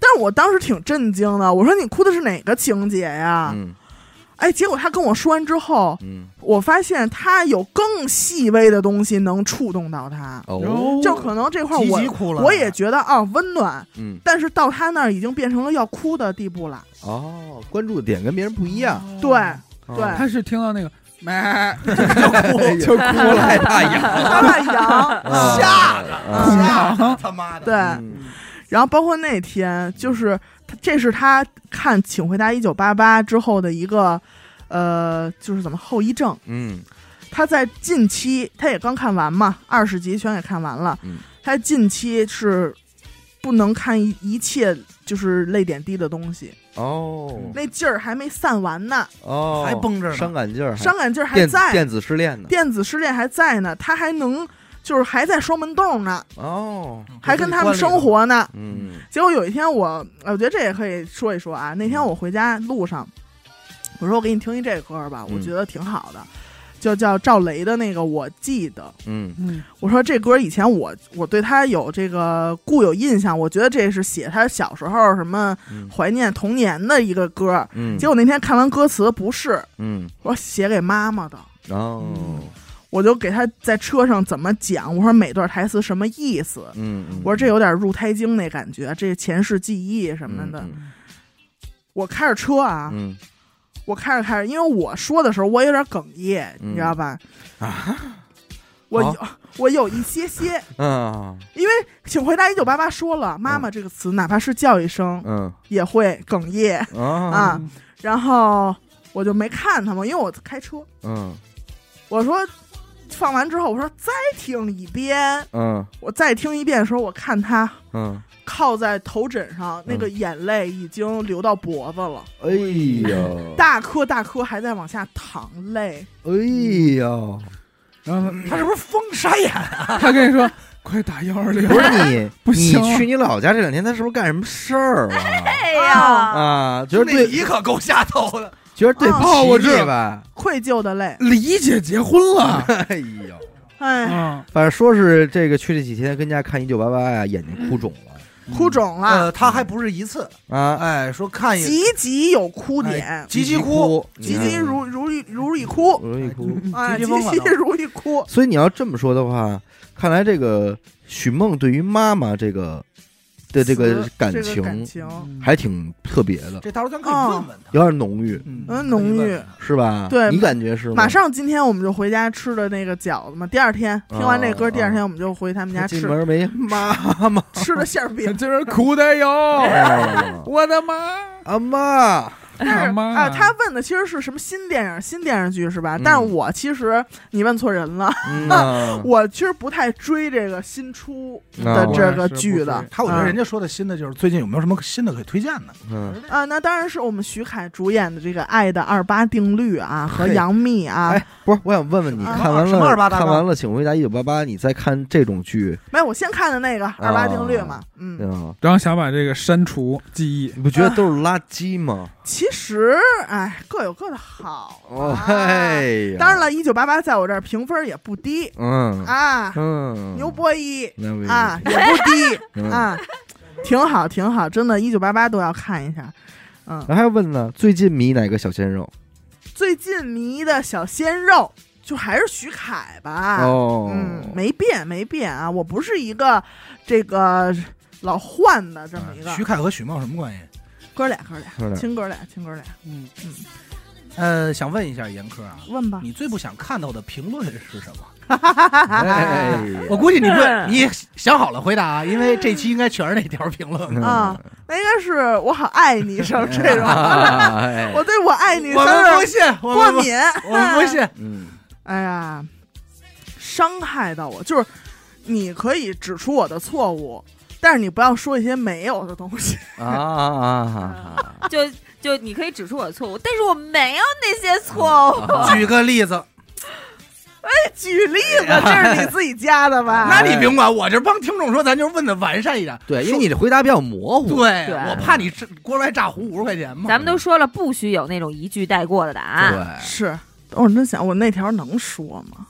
B: 但是我当时挺震惊的，我说你哭的是哪个情节呀？
A: 嗯
B: 哎，结果他跟我说完之后，
A: 嗯
B: 我发现他有更细微的东西能触动到他，
A: 哦，
B: 就可能这块儿
D: 积
B: 我
D: 极哭了。
B: 我也觉得啊温暖，
A: 嗯
B: 但是到他那儿已经变成了要哭的地步了。
A: 哦，关注点跟别人不一样，
E: 哦
B: 对，对
E: [laughs] 他是听到那个咩，
D: [laughs]
A: 就哭了，害怕
D: 哎
A: 痒，
B: 他把羊，
D: 吓
A: 的，
D: 啊吓他妈
A: 嗯
D: 的，
B: 对，然后包括那天就是他，这是他看《请回答一九八八》之后的一个。呃，就是怎么后遗症？
A: 嗯
B: 他在近期，他也刚看完嘛，二十集全给看完了。
A: 嗯
B: 他近期是不能看一一切就是泪点低的东西，
A: 哦
B: 那劲儿还没散完呢，
A: 哦，
D: 还绷着
A: 伤
D: 呢。
A: 感劲儿，
B: 伤感劲儿还
A: 哎电
B: 在，
A: 电子失恋呢，
B: 电子失恋还在呢，他还能就是还在双门洞呢，
A: 哦，
D: 嗯
B: 还跟他们生，活呢。
A: 嗯
B: 结果有一天我，呃我觉得这也可以说一说啊。那天我回家路上，我说我给你听一这歌吧，
A: 嗯
B: 我觉得挺好的，就叫赵雷的那个《我记得》。
A: 嗯
E: 嗯
B: 我说这歌以前我我对他有这个固有印象，我觉得这是写他小时候什么
A: 嗯
B: 怀念童年的一个歌。
A: 嗯，
B: 结果那天看完歌词不是，
A: 嗯，
B: 我说写给妈妈的。
A: 哦，
B: 我就给他在车上怎么讲，我说每段台词什么意思，
A: 嗯，嗯
B: 我说这有点入胎经那感觉，这前世记忆什么的。
A: 嗯
B: 我开着车啊，
A: 嗯
B: 我开着开着，因为我说的时候我有点哽咽，
A: 嗯
B: 你知道吧？
A: 啊，
B: 我有、
A: 好
B: 我有一些些，
A: 嗯
B: 因为请回答一九八八说了，妈
D: 嗯
B: 妈这个词，哪怕是叫一声
A: 嗯
B: 也会哽咽。
D: 嗯
A: 啊
B: 啊，然后我就没看他们，因为我开车，
A: 嗯
B: 我说。放完之后，我说再听一遍，
A: 嗯
B: 我再听一遍的时候，我看他
A: 嗯，
B: 靠在头枕上，那
D: 嗯
B: 个眼泪已经流到脖子了，
A: 哎
D: 哦
A: 呦，
B: 大颗大颗还在往下淌泪。
A: 哎呦，
E: 然后
D: 嗯他是不是疯傻眼？
E: 他他跟你说快打幺二零，
A: 不是你，
E: 不
A: 你
E: 行
A: 去你老家这两天，他是不是干什么事儿了？
B: [laughs]
C: 哎
B: 啊
C: 呀，
A: 啊，觉得
D: 那
A: 对，
D: 你可够下头
B: [laughs]
D: 的。
A: 觉得对
B: 啊
A: 不
E: 哦我
A: 起
E: 知道
A: 你吧？
B: 愧疚的泪，
E: 李姐结婚
D: [laughs]
E: 了
A: 哎呦，
B: 哎，
E: 啊，
D: 嗯哦
A: 反正说是这个去这几天跟家看一九八八呀，眼睛哭肿了。
B: 哭肿了，
D: 呃，他还不是一次，
A: 啊，
D: 哎，说看一
B: 啊急急有哭点
D: 哎，急急哭，
A: 哭，
B: 急哎急如如一如一哭，
A: 如一哭。
D: [laughs]
B: 哎，
D: 急急
B: 急
D: 疯了
B: 急
D: 都
B: 如
A: [laughs]
B: 一哭，
A: 所以你要这么说的话，看来这个许梦对于妈妈这个的这个
B: 词
A: 感
B: 这
A: 情
B: 个感情，
D: 嗯
A: 还挺特别的，
D: 这到时候咱可以问问他，
A: 有点浓郁，
B: 嗯，啊浓郁。
A: 是吧？
B: 对
A: 你感觉是吗？
B: 马上今天我们就回家吃的那个饺子嘛，第二天听完这歌，
A: 啊
B: 第二天我们就回他们家
A: 进
B: 吃
A: 门没妈
B: [laughs]
A: 妈，
B: 吃的馅儿
D: 啊
B: 饼。
E: 这人苦得
B: 哎
E: 哟，
A: 哦
E: 我
A: [laughs]
E: 的妈！
A: 阿妈，
B: 但
E: 大
B: 是
E: 妈
B: 啊，他问的其实是什么新电影、新电视剧是吧？
A: 嗯
B: 但是我其实你问错人了，
A: 嗯呐
B: [laughs] 我其实不太追这个新出的
A: 啊
B: 这个剧的。
D: 他我觉得
B: 嗯
D: 人家说的新的就是最近有没有什么新的可以推荐的？
A: 嗯
B: 啊，那当然是我们徐凯主演的这个《爱的二八定律》啊，和
A: 嘿
B: 杨幂啊。
A: 哎，不是，我想问问你，
B: 啊
A: 看完
D: 什么二八
A: 了
D: 大
A: 看
D: 纲
A: 完了，请回答一九八八，你再看这种剧，
B: 没有，我先看的那个《二
A: 啊
B: 八定律》嘛。嗯，
A: 嗯，
E: 然后想把这个删除记忆，
A: 你不觉得都是垃圾吗？
B: 其实哎，各有各的好
A: 哦，
B: 啊。
A: 嘿呀，
B: 当然了，《一九八八》在我这儿评分也不低
A: 嗯
B: 啊，
A: 嗯，
B: 牛波一
A: 牛逼
B: 啊，也不低。
A: 嗯
B: 啊，挺好，挺好，真的，一九八八都要看一下。嗯，
A: 然后还问呢，最近迷哪个小鲜肉？
B: 最近迷的小鲜肉就还是徐凯吧。
A: 哦，
B: 嗯，没变，没变啊，我不是一个这个老换的这么一个、
D: 啊
A: 啊
D: 徐凯和许梦什么关系？
B: 哥俩，哥俩，
A: 是的，
B: 亲哥俩，亲哥俩，
D: 嗯呃，想问一下严科啊，
B: 问吧。
D: 你最不想看到的评论是什么？
A: 哎
D: 我估计你
C: 嗯
D: 会你想好了回答啊，因为这期应该全是那条评论。
A: 嗯
B: 啊，那应该是我好爱你什
A: [laughs]
B: 么这种，
A: 哎
B: 我对我爱你
D: 我
B: 三
D: 们不
B: 个字
D: 信，我
B: 过
D: 们不，
B: 敏，
D: 我们不信。
A: 嗯
B: [laughs] 哎呀，伤害到我，就是你可以指出我的错误，但是你不要说一些没有的东西。 [laughs]
A: 啊啊
C: 就就你可以指出我的错误，但是我没有那些错误。
D: 举个例子，
B: 举例子， [laughs]
D: 哎
B: 这是你自己加的
C: 哎
B: 吧？
D: 那你甭管，我这帮听众说，咱就是问的完善一点。
A: 对，因为你的回答比较模糊，
D: 对，
C: 对
D: 我怕你是锅外炸糊五十块钱嘛。
C: [laughs] 咱们都啊说了，不许有那种一句带过的答案。
A: 对，
B: 是，我真想，我那条能说吗？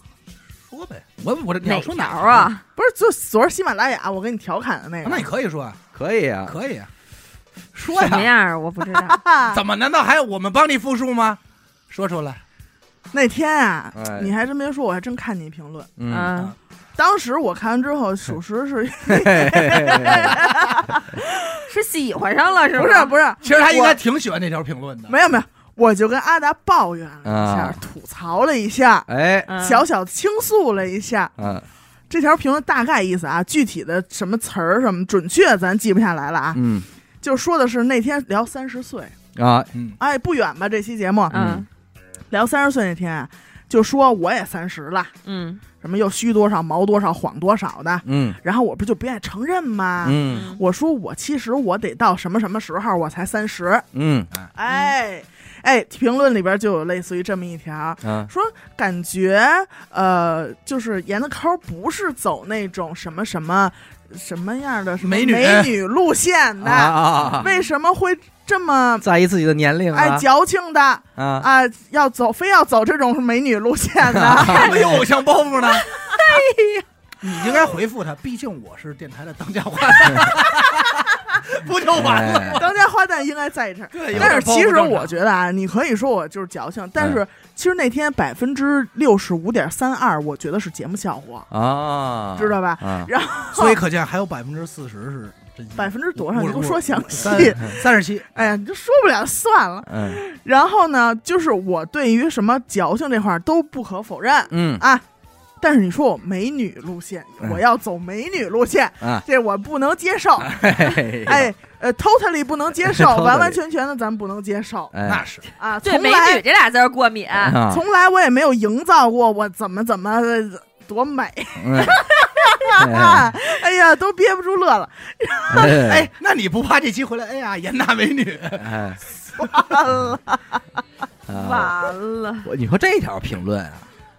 D: 说呗，我
C: [laughs]
D: 我这你
C: 哪
D: 要说哪
C: 条
D: 儿？
C: 啊？
B: 不是，就昨儿喜马拉雅我给你调侃的那个，
D: 那你可以说，啊，
A: 可以啊，
D: 可以啊，说
C: 什么
D: 呀。
C: 样儿？啊我不知道。
D: 怎么？难道还要我们帮你复述吗？说出来。
B: 那天啊，
A: 哎
B: 你还真别说，我还真看你评论。
A: 嗯，
C: 嗯，
B: 当时我看完之后，属实是
A: 嘿嘿嘿嘿
C: 是喜欢上了是
B: [laughs] 不
C: 不
B: 是不是
D: 其实他应该挺喜欢这条评论的。
B: 没有没有，我就跟阿达抱怨了一下，
A: 啊
B: 吐槽了一下，
A: 哎，
C: 嗯
B: 小小倾诉了一下，
A: 嗯
B: 这条评论大概意思啊，具体的什么词儿什么准确咱记不下来了啊，
A: 嗯
B: 就说的是那天聊三十岁，
A: 啊，
D: 嗯，
B: 哎，不远吧？这期节目
C: 嗯
B: 聊三十岁那天啊，就说我也三十了，
C: 嗯
B: 什么又虚多少、毛多少、谎多少的，
A: 嗯
B: 然后我不就不愿意承认吗？
A: 嗯
B: 我说我其实我得到什么什么时候我才三十，
A: 嗯
B: 哎哎，评论里边就有类似于这么一条，
A: 啊，
B: 说感觉呃，就是严的抠不是走那种什么什么什么样的什么
D: 美女
B: 美女路线的，
A: 啊，
B: 为什么会这么
A: 在意自己的年龄
B: 爱
A: 啊
B: 矫情的啊、
A: 啊，
B: 要走非要走这种美女路线
D: [laughs]
B: 的？
D: 他们有偶像包袱呢。
B: 哎
D: 你应该回复他，毕竟我是电台的当家花
B: [laughs]
D: 旦，不就完了吗？
B: 当家花旦应该在这儿。
D: 对有点
B: 哎但是其实
D: 包袱正常嗯
B: 我觉得啊，你可以说我就是矫情，但是其实那天百分之六十五点三二，我觉得是节目效果，
A: 啊，
B: 知道吧？
A: 啊，
D: 所以可见还有百分之四十是真心。
B: 百分之多少？你给我
D: 55
B: 说详
D: 三
B: 细。
D: 三十七，
B: 哎呀，你就说不了算了。
A: 嗯
B: 然后呢，就是我对于什么矫情这块儿都不可否认
A: 嗯
B: 啊，但是你说我美女路线，
A: 嗯
B: 我要走美女路线，
A: 啊，
B: 这我不能接受。
A: 嘿，
B: 哎，呃，totally 不能接受，
A: 哎 Totally
B: 完完全全的咱不能接受
A: 哎
D: 那，是
B: 啊！
C: 对“
B: 从
C: 美女”
B: 来
C: 这俩字儿过敏。
A: 啊，
B: 从来我也没有营造过我怎么怎么呃多美
A: 嗯
B: 啊！哎呀，都憋不住乐了，
A: 哎
D: 哎，那你不怕这期回来？哎呀，严大美女，
A: 哎
B: 完了，
A: 啊。
C: 完了，
A: 我你说这条评论啊，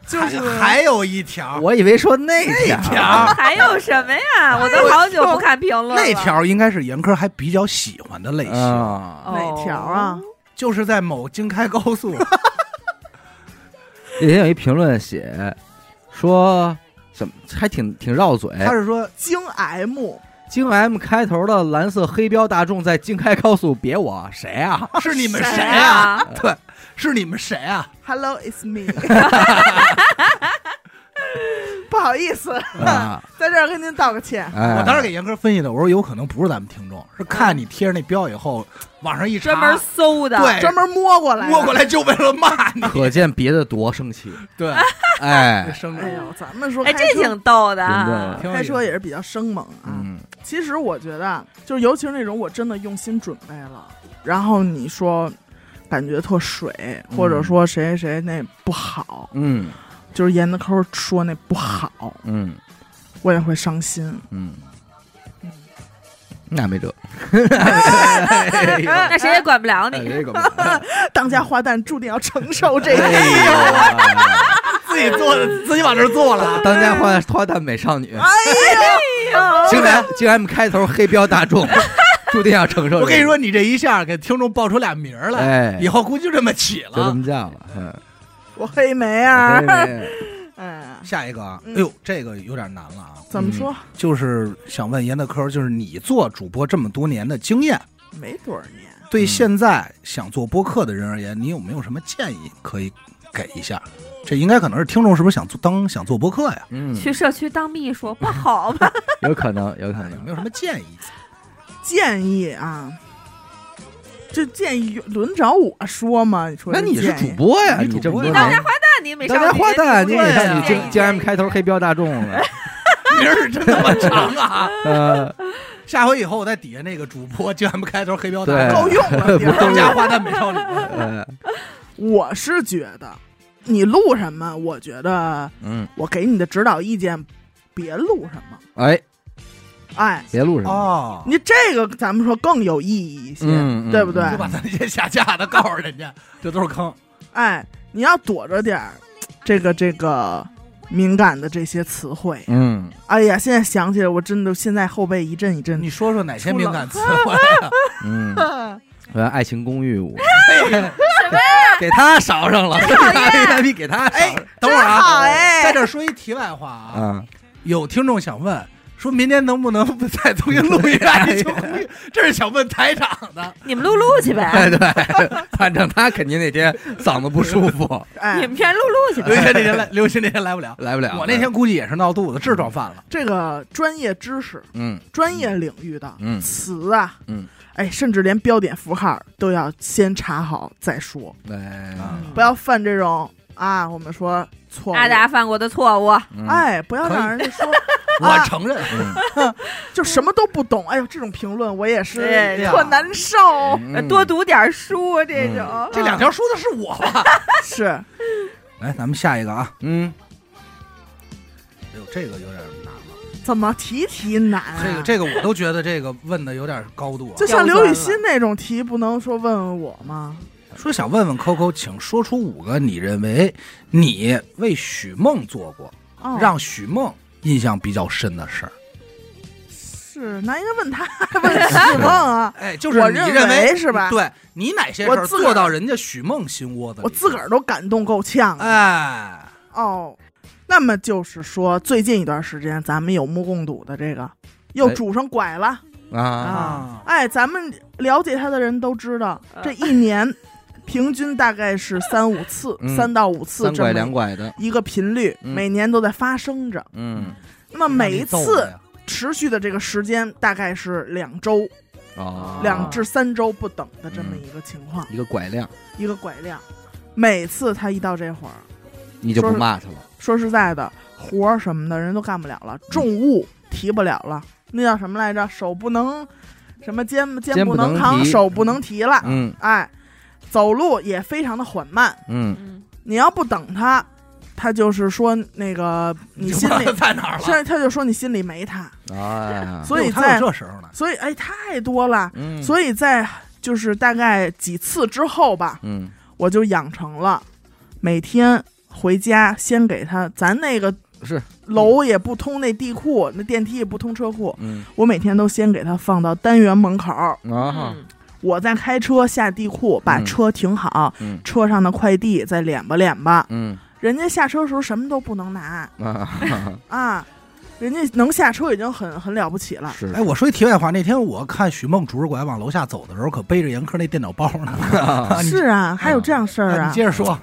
B: 就是
D: 还还有一条，
A: 我以为说那条
D: 条
C: 还有什么呀？我都好久不看评论了。
D: 那条应该是严科还比较喜欢的类型，
C: 哦
A: 啊，
B: 哪条啊？
D: 就是在某京开高
B: [laughs]
D: 速，
A: 那天有一评论写说怎么还挺挺绕嘴，
D: 他是说
B: 京 M
A: 京 M 开头的蓝色黑标大众在京开高速别我谁啊？
D: 是你们
C: 谁
D: 啊？
C: 啊？
D: 对，是你们谁啊？
B: Hello,
A: [laughs]
B: it's me 。不好意思， [laughs]
A: 啊
B: 在这儿跟您道个歉。
A: 哎
D: 我当时给严哥分析的，我说有可能不是咱们听众，是
B: 嗯
D: 看你贴着那标以后，网上一查，
C: 专门搜的，哎
D: 对
B: 专门摸过来，
D: 摸过。来就为了骂
A: [laughs]
D: 你。
A: 可见别的多生气，
D: 对，这
A: 哎，
D: 生
B: 哎
D: 日
B: 呦，咱们说
C: 哎，
B: 开车，
C: 这挺逗的
A: 挺逗的
C: 啊。
D: 挺有
B: 开
D: 意思
B: 车也是比较生猛啊。
A: 嗯，
B: 其实我觉得啊，就是尤其是那种我真的用心准备了，然后你说感觉特水，或者说谁谁谁那不好，
A: 嗯
B: 就是沿着抠说那不好，
A: 嗯
B: 我也会伤心。
A: 嗯，那没辙，
C: [laughs] 那谁也管不了你，
A: 这个吧，
B: 当家花旦注定要承受这
A: 哎
B: 个。
A: 呦，
D: 自己做的，自己往这儿做了。
A: 当家花花旦美少女，
C: 哎
A: [laughs] 竟然竟然开头黑标大众，注定要承受。
D: [laughs] 我跟你，说，你这一下给听众报出俩名儿来，
A: 哎，
D: 以后估计就这么起
A: 就这
D: 了。
A: 么叫了，嗯
B: 我黑莓啊，
A: 哎哎
B: 哎，
D: 下一个啊，哎
B: 嗯
D: 呦，这个有点难了啊，
B: 怎么说？
D: 就是想问严德科，就是你做主播这么多年的经验，
B: 没多少年，
D: 对
A: 嗯
D: 现在想做播客的人而言，你有没有什么建议可以给一下？这应该可能是听众是不是想做当想做播客呀？
A: 嗯，
C: [laughs] 去社区当秘书不好吗？
A: 有可能，有可
D: 有
A: 能
D: 没，有什么建议？
B: 建议啊，这建议轮着我说吗？你说
A: 那
B: 这
A: 你是
B: 建
A: 主
B: 议
A: 播呀？
D: 你
A: 你
D: 主
A: 这么
D: 播
A: 多
D: 呀
A: 年
D: 当，
C: 那你美
A: 嗯
C: 少
A: 当
C: 女
A: 家花旦，你
C: 你
A: 也
B: 对
A: 看
B: 啊
A: 你竟竟然开头黑标大众了，
D: 名儿 [laughs] 真 [laughs] 他妈长啊！
A: 呃，
D: 下回以后我在底下那个主播竟然不开头黑标
A: 对
D: 打
B: 够
A: [laughs]
B: 用了，别
D: 当
B: 人
D: 家花旦美少女，
A: 呃
B: 我是觉得你录什么，我觉得
A: 嗯，
B: 我给你的指导意见，别录什么，
A: 哎，
B: 哎。
A: 别录什么，
D: [laughs] 哦，
B: 你这个咱们说更有意义一些，
A: 嗯嗯
B: 对不对？
D: 就把咱那些下架的告诉人家，这都是坑。
B: 哎，你要躲着点儿这个这个敏感的这些词汇。
A: 嗯，
B: 哎呀，现在想起来，我真的现在后背一阵一阵
C: [laughs]
D: 你说说哪些敏感 [laughs] 词汇啊？
A: 嗯，
B: 的。
A: 我要《爱情公寓五》给他捎上了，VIP 给他捎
D: 哎
A: 上了，，
D: 等会儿
B: 真好
D: 啊，
B: 哎
D: 在这儿说一题外话啊，
A: 啊，
D: 有听众想问。说明年能不能再重新录 [laughs] 一遍爱情公寓？这是想问台长的。
C: 你们录录去呗，
A: 哎对，反正他肯定那天嗓子不舒服，
C: 你
B: 哎，
C: 们全录录去
D: 刘
C: 呗。
D: 鑫那天来，刘鑫那天来不了。
A: 来不了。
D: 我那天估计也是闹肚子，痔疮犯了。
B: 这个专业知识、
A: 嗯
B: 专业领域的
A: 嗯
B: 词啊，
A: 嗯，
B: 哎，甚至连标点符号都要先查好再说，
D: 啊
A: 哎
D: 嗯
B: 不要犯这种啊，我们说错误。
C: 阿达犯过的错误，
A: 嗯
B: 哎，不要
D: 可以
B: 让人家说
D: 我承认，
A: 嗯
B: [laughs] 就什么都不懂。哎呦，这种评论我也是
C: 对
D: 呀
B: 特难受。
A: 嗯
C: 呃多读点书啊这种。
D: 这两条说的是我吧？
B: 是，
D: 来，咱们下一个啊。
A: 嗯，
D: 哎呦，这个有点难了。
B: 怎么题题难、啊？
D: 这个这个我都觉得这个问的有点高度啊。
B: 就像刘雨欣那种题，不能说问问我吗？
D: 说想问问 Coco，请说出五个你认为你为许梦做过、
B: 哦，
D: 让许梦印象比较深的事儿。
B: 是，那应该
D: [laughs]
B: 问他，问许梦啊。
D: 哎，就是
B: 我
D: 你
B: 认
D: 认
B: 为是吧
D: 对你哪些事
B: 我
D: 儿
B: 自个儿
D: 做到人家许梦心窝子里？
B: 我自个儿都感动够呛。啊
D: 哎，
B: 哦，那么就是说，最近一段时间咱们有目共睹的这个，又
A: 哎
B: 拄上拐了。
A: 啊，
B: 啊哎，咱们了解他的人都知道，这一年 [laughs] 平均大概是三五次，
A: 嗯
B: 三到五次
A: 三
B: 这
A: 拐两
B: 么
A: 拐的，
B: 一个频率，
A: 嗯
B: 每年都在发生着。
A: 嗯
B: 那么每一
D: 让你揍我
B: 次
D: 呀
B: 持续的这个时间大概是两周、
A: 哦，
B: 两至三周不等的这
A: 嗯
B: 么一个情况，
A: 一个拐量，
B: 一个拐量。每次他一到这会儿，
A: 你就不骂他了，
B: 说实在的，活儿什么的人都干不了了，重物提不了了，那叫什么来着？手不能，什么肩肩
A: 肩
B: 不
A: 不能
B: 能扛，
A: 提
B: 手不能提了。
A: 嗯
B: 哎，走路也非常的缓慢。
A: 嗯
C: 嗯，
B: 你要不等他，他就是说那个你
D: 就
B: 心
D: 忘了 [laughs]
B: 里，
D: 在哪儿了？
B: 他他就说你心里没他，
A: 啊，
B: 所以
D: 哎呦他
B: 在
D: 有这时候呢，
B: 所以哎太多了，
A: 嗯，以
B: 所以在就是大概几次之后吧，
A: 嗯
B: 我就养成了每天回家先给他，咱那个
A: 是
B: 楼也不通那地库，那电梯也不通车库，
A: 嗯
B: 我每天都先给他放到单元门口，
A: 啊哈
B: 我再开车下地库，把
A: 嗯
B: 车停好，
A: 嗯
B: 车上的快递再敛吧敛吧。
A: 嗯
B: 人家下车时候什么都不能拿
A: 啊哈哈
B: 啊，人家能下车已经很很了不起了。
A: 是
D: 哎，我说一题外话，那天我看许梦拄着拐往楼下走的时候，可背着严科那电脑包呢。啊 [laughs] 你
B: 是啊，还有这样事儿
D: 啊
B: 啊
D: 你接。着说，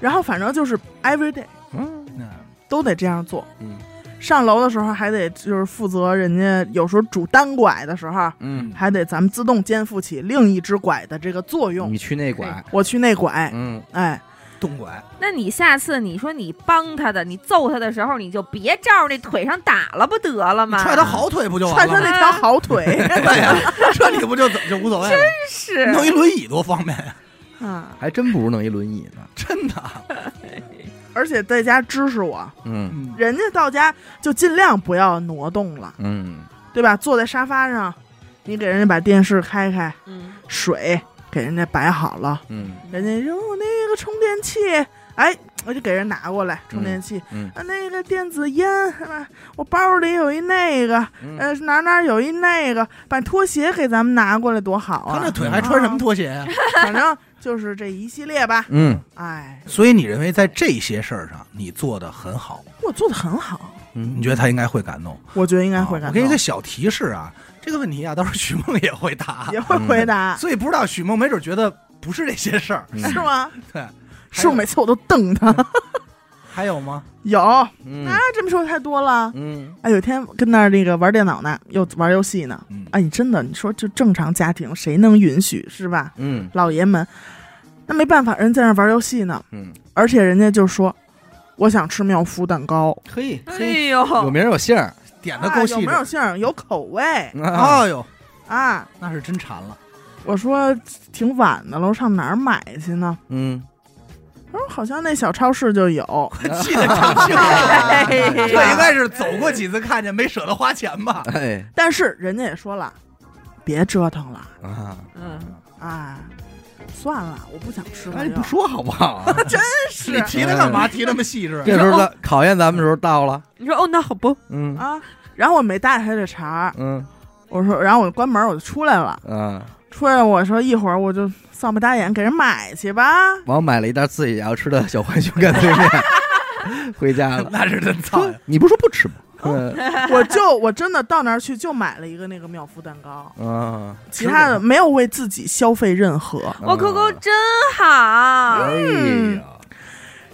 B: 然后反正就是 every day
A: 嗯
D: 嗯
B: 都得这样做。
A: 嗯
B: 上楼的时候还得就是负责人家有时候拄单拐的时候，
A: 嗯，
B: 还得咱们自动肩负起另一只拐的这个作用。
D: 嗯
A: 你去那拐，
B: 我去内拐，
A: 嗯，
B: 哎，
D: 动拐，
C: 那你下次你说你帮他的，你揍他的时候，你就别照着那腿上打了，不得了吗？
D: 踹他好腿不就
B: 踹
D: 完
B: 他
D: 了吗？
B: 那条
D: [laughs]
B: 好腿啊
D: 对呀，这你不就怎就无所谓了？
C: 是
D: 弄一轮椅多方便呀！
B: 啊！
A: 还真不如弄一轮椅呢。
D: 真的，啊
B: 而且在家支持我，
A: 嗯
D: 嗯
B: 人家到家就尽量不要挪动了，
A: 嗯，
B: 对吧？坐在沙发上，你给人家把电视开开，
C: 嗯，
B: 水给人家摆好了，
A: 嗯
B: 人家说我那个充电器，哎，我就给人拿过来充电器。
A: 嗯
B: 啊，那个电子烟，是吧我包里有一那个，
A: 嗯，
B: 呃，哪哪有一那个，把拖鞋给咱们拿过来多好
D: 他
B: 啊！ [laughs]
D: 那腿还穿什么拖鞋呀？
B: 反正就是这一系列吧。
A: 嗯
D: [laughs]
B: 哎，
D: 所以你认为在这些事儿上你做的很好，
B: 我做的很好，
A: 嗯
D: 你觉得他应该会感动？
B: 我觉得应该会
D: 啊
B: 感
D: 我给
B: 动，
D: 你一个小提示啊，这个问题啊，到时候许梦也会答
B: 也，会回答，
D: 所以不知道许梦没准觉得不是这些事
A: 嗯
D: 儿。
B: 是？吗？
D: 对，
B: 是我每次我都瞪他。
D: 还有吗？
B: 有啊，
A: 嗯
B: 这么说太多了。
A: 嗯
B: 哎，有一天跟那儿那个玩电脑呢，又玩游戏呢。
D: 嗯
B: 哎，你真的，你说就正常家庭谁能允许是吧？
A: 嗯
B: 老爷们，那没办法，人在那儿玩游戏呢，
A: 嗯，
B: 而且人家就说我想吃妙芙蛋糕，
D: 嘿，
C: 哎
D: 嘿，
C: 呦，
A: 有名有姓儿
D: 点的
B: 啊
D: 够
B: 有
D: 细
B: 没有
D: 致。
B: 姓儿？有口味
A: 啊，
D: 哎呦，
B: 啊！
D: 那是真馋 [laughs] 了。
B: 我说挺晚的了，我上哪儿买去呢？
A: 嗯，
B: 他说好像那小超市就有。
D: 气得长青了。 [laughs]
C: 哎呀
D: 这应该是走过几次看见没舍得花钱吧？
A: 哎
B: 但是人家也说了，别折腾了
A: 啊，
C: 嗯，
B: 啊，算了，我不想吃了
A: 哎，
B: 又。
A: 你不说好不好？
B: 真是
D: 你提它干嘛？提那么细致？
A: 这时候他考验咱们的时候到了，
C: 你说哦，那好不，
A: 嗯
B: 啊！然后我没搭理他这茬儿，
A: 嗯
B: 我说，然后我关门我就出来了，
A: 啊，
B: 出来我说一会儿我就丧不搭眼给人买去吧。 [laughs]
A: 我买了一袋自己也要吃的小浣熊干脆面，回家了。
D: 那是真操！
A: 你不 [laughs] 是说不吃吗？
B: [laughs]
A: 嗯
B: 我就我真的到那儿去就买了一个那个妙芙蛋糕，
A: 啊，
B: 其他的没有为自己消费任何。
C: 我 QQ 哦真好，
A: 哎呀，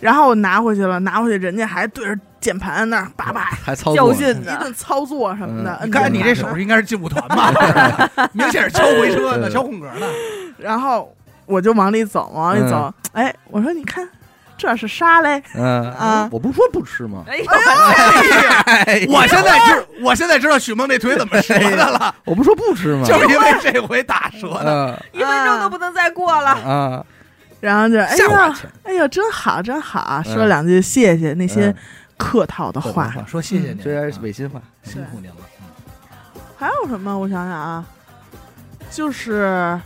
B: 然后我拿回去了，拿回去人家还对着键盘那儿叭叭
A: 还操
C: 教
A: 作
C: 训
B: 一
C: 呢
B: 顿，操作什么的
A: 嗯。
B: 摁
D: 你看
B: 键
D: 你这手
B: 盘
D: 势应该是劲舞团吧？ [laughs] 明显是敲回车呢，敲空格呢。
B: 嗯然后我就往里走，往里走，哎，我说你看这是啥嘞？
A: 嗯
B: 啊
A: 我不是说不吃吗？
C: 哎呦，
A: [laughs] 哎
D: 我现在知，我现在知道许梦那腿怎么折的了，
A: 我不是说不吃吗？
D: [laughs] 就是因为这回打折的。
A: 啊
C: 一分钟都不能再过了，
A: 啊，
B: 然后就哎
A: 吓我
B: 呀
A: 一，跳。
B: 哎呦，真好，真好，啊
A: 嗯
B: 说两句谢谢那些
A: 嗯
B: 客套的
A: 客
B: 话
A: 套。
D: 说谢谢您，嗯
A: 这还是违心话。
D: 辛苦您了。嗯
B: 还有什么？我想想啊，就是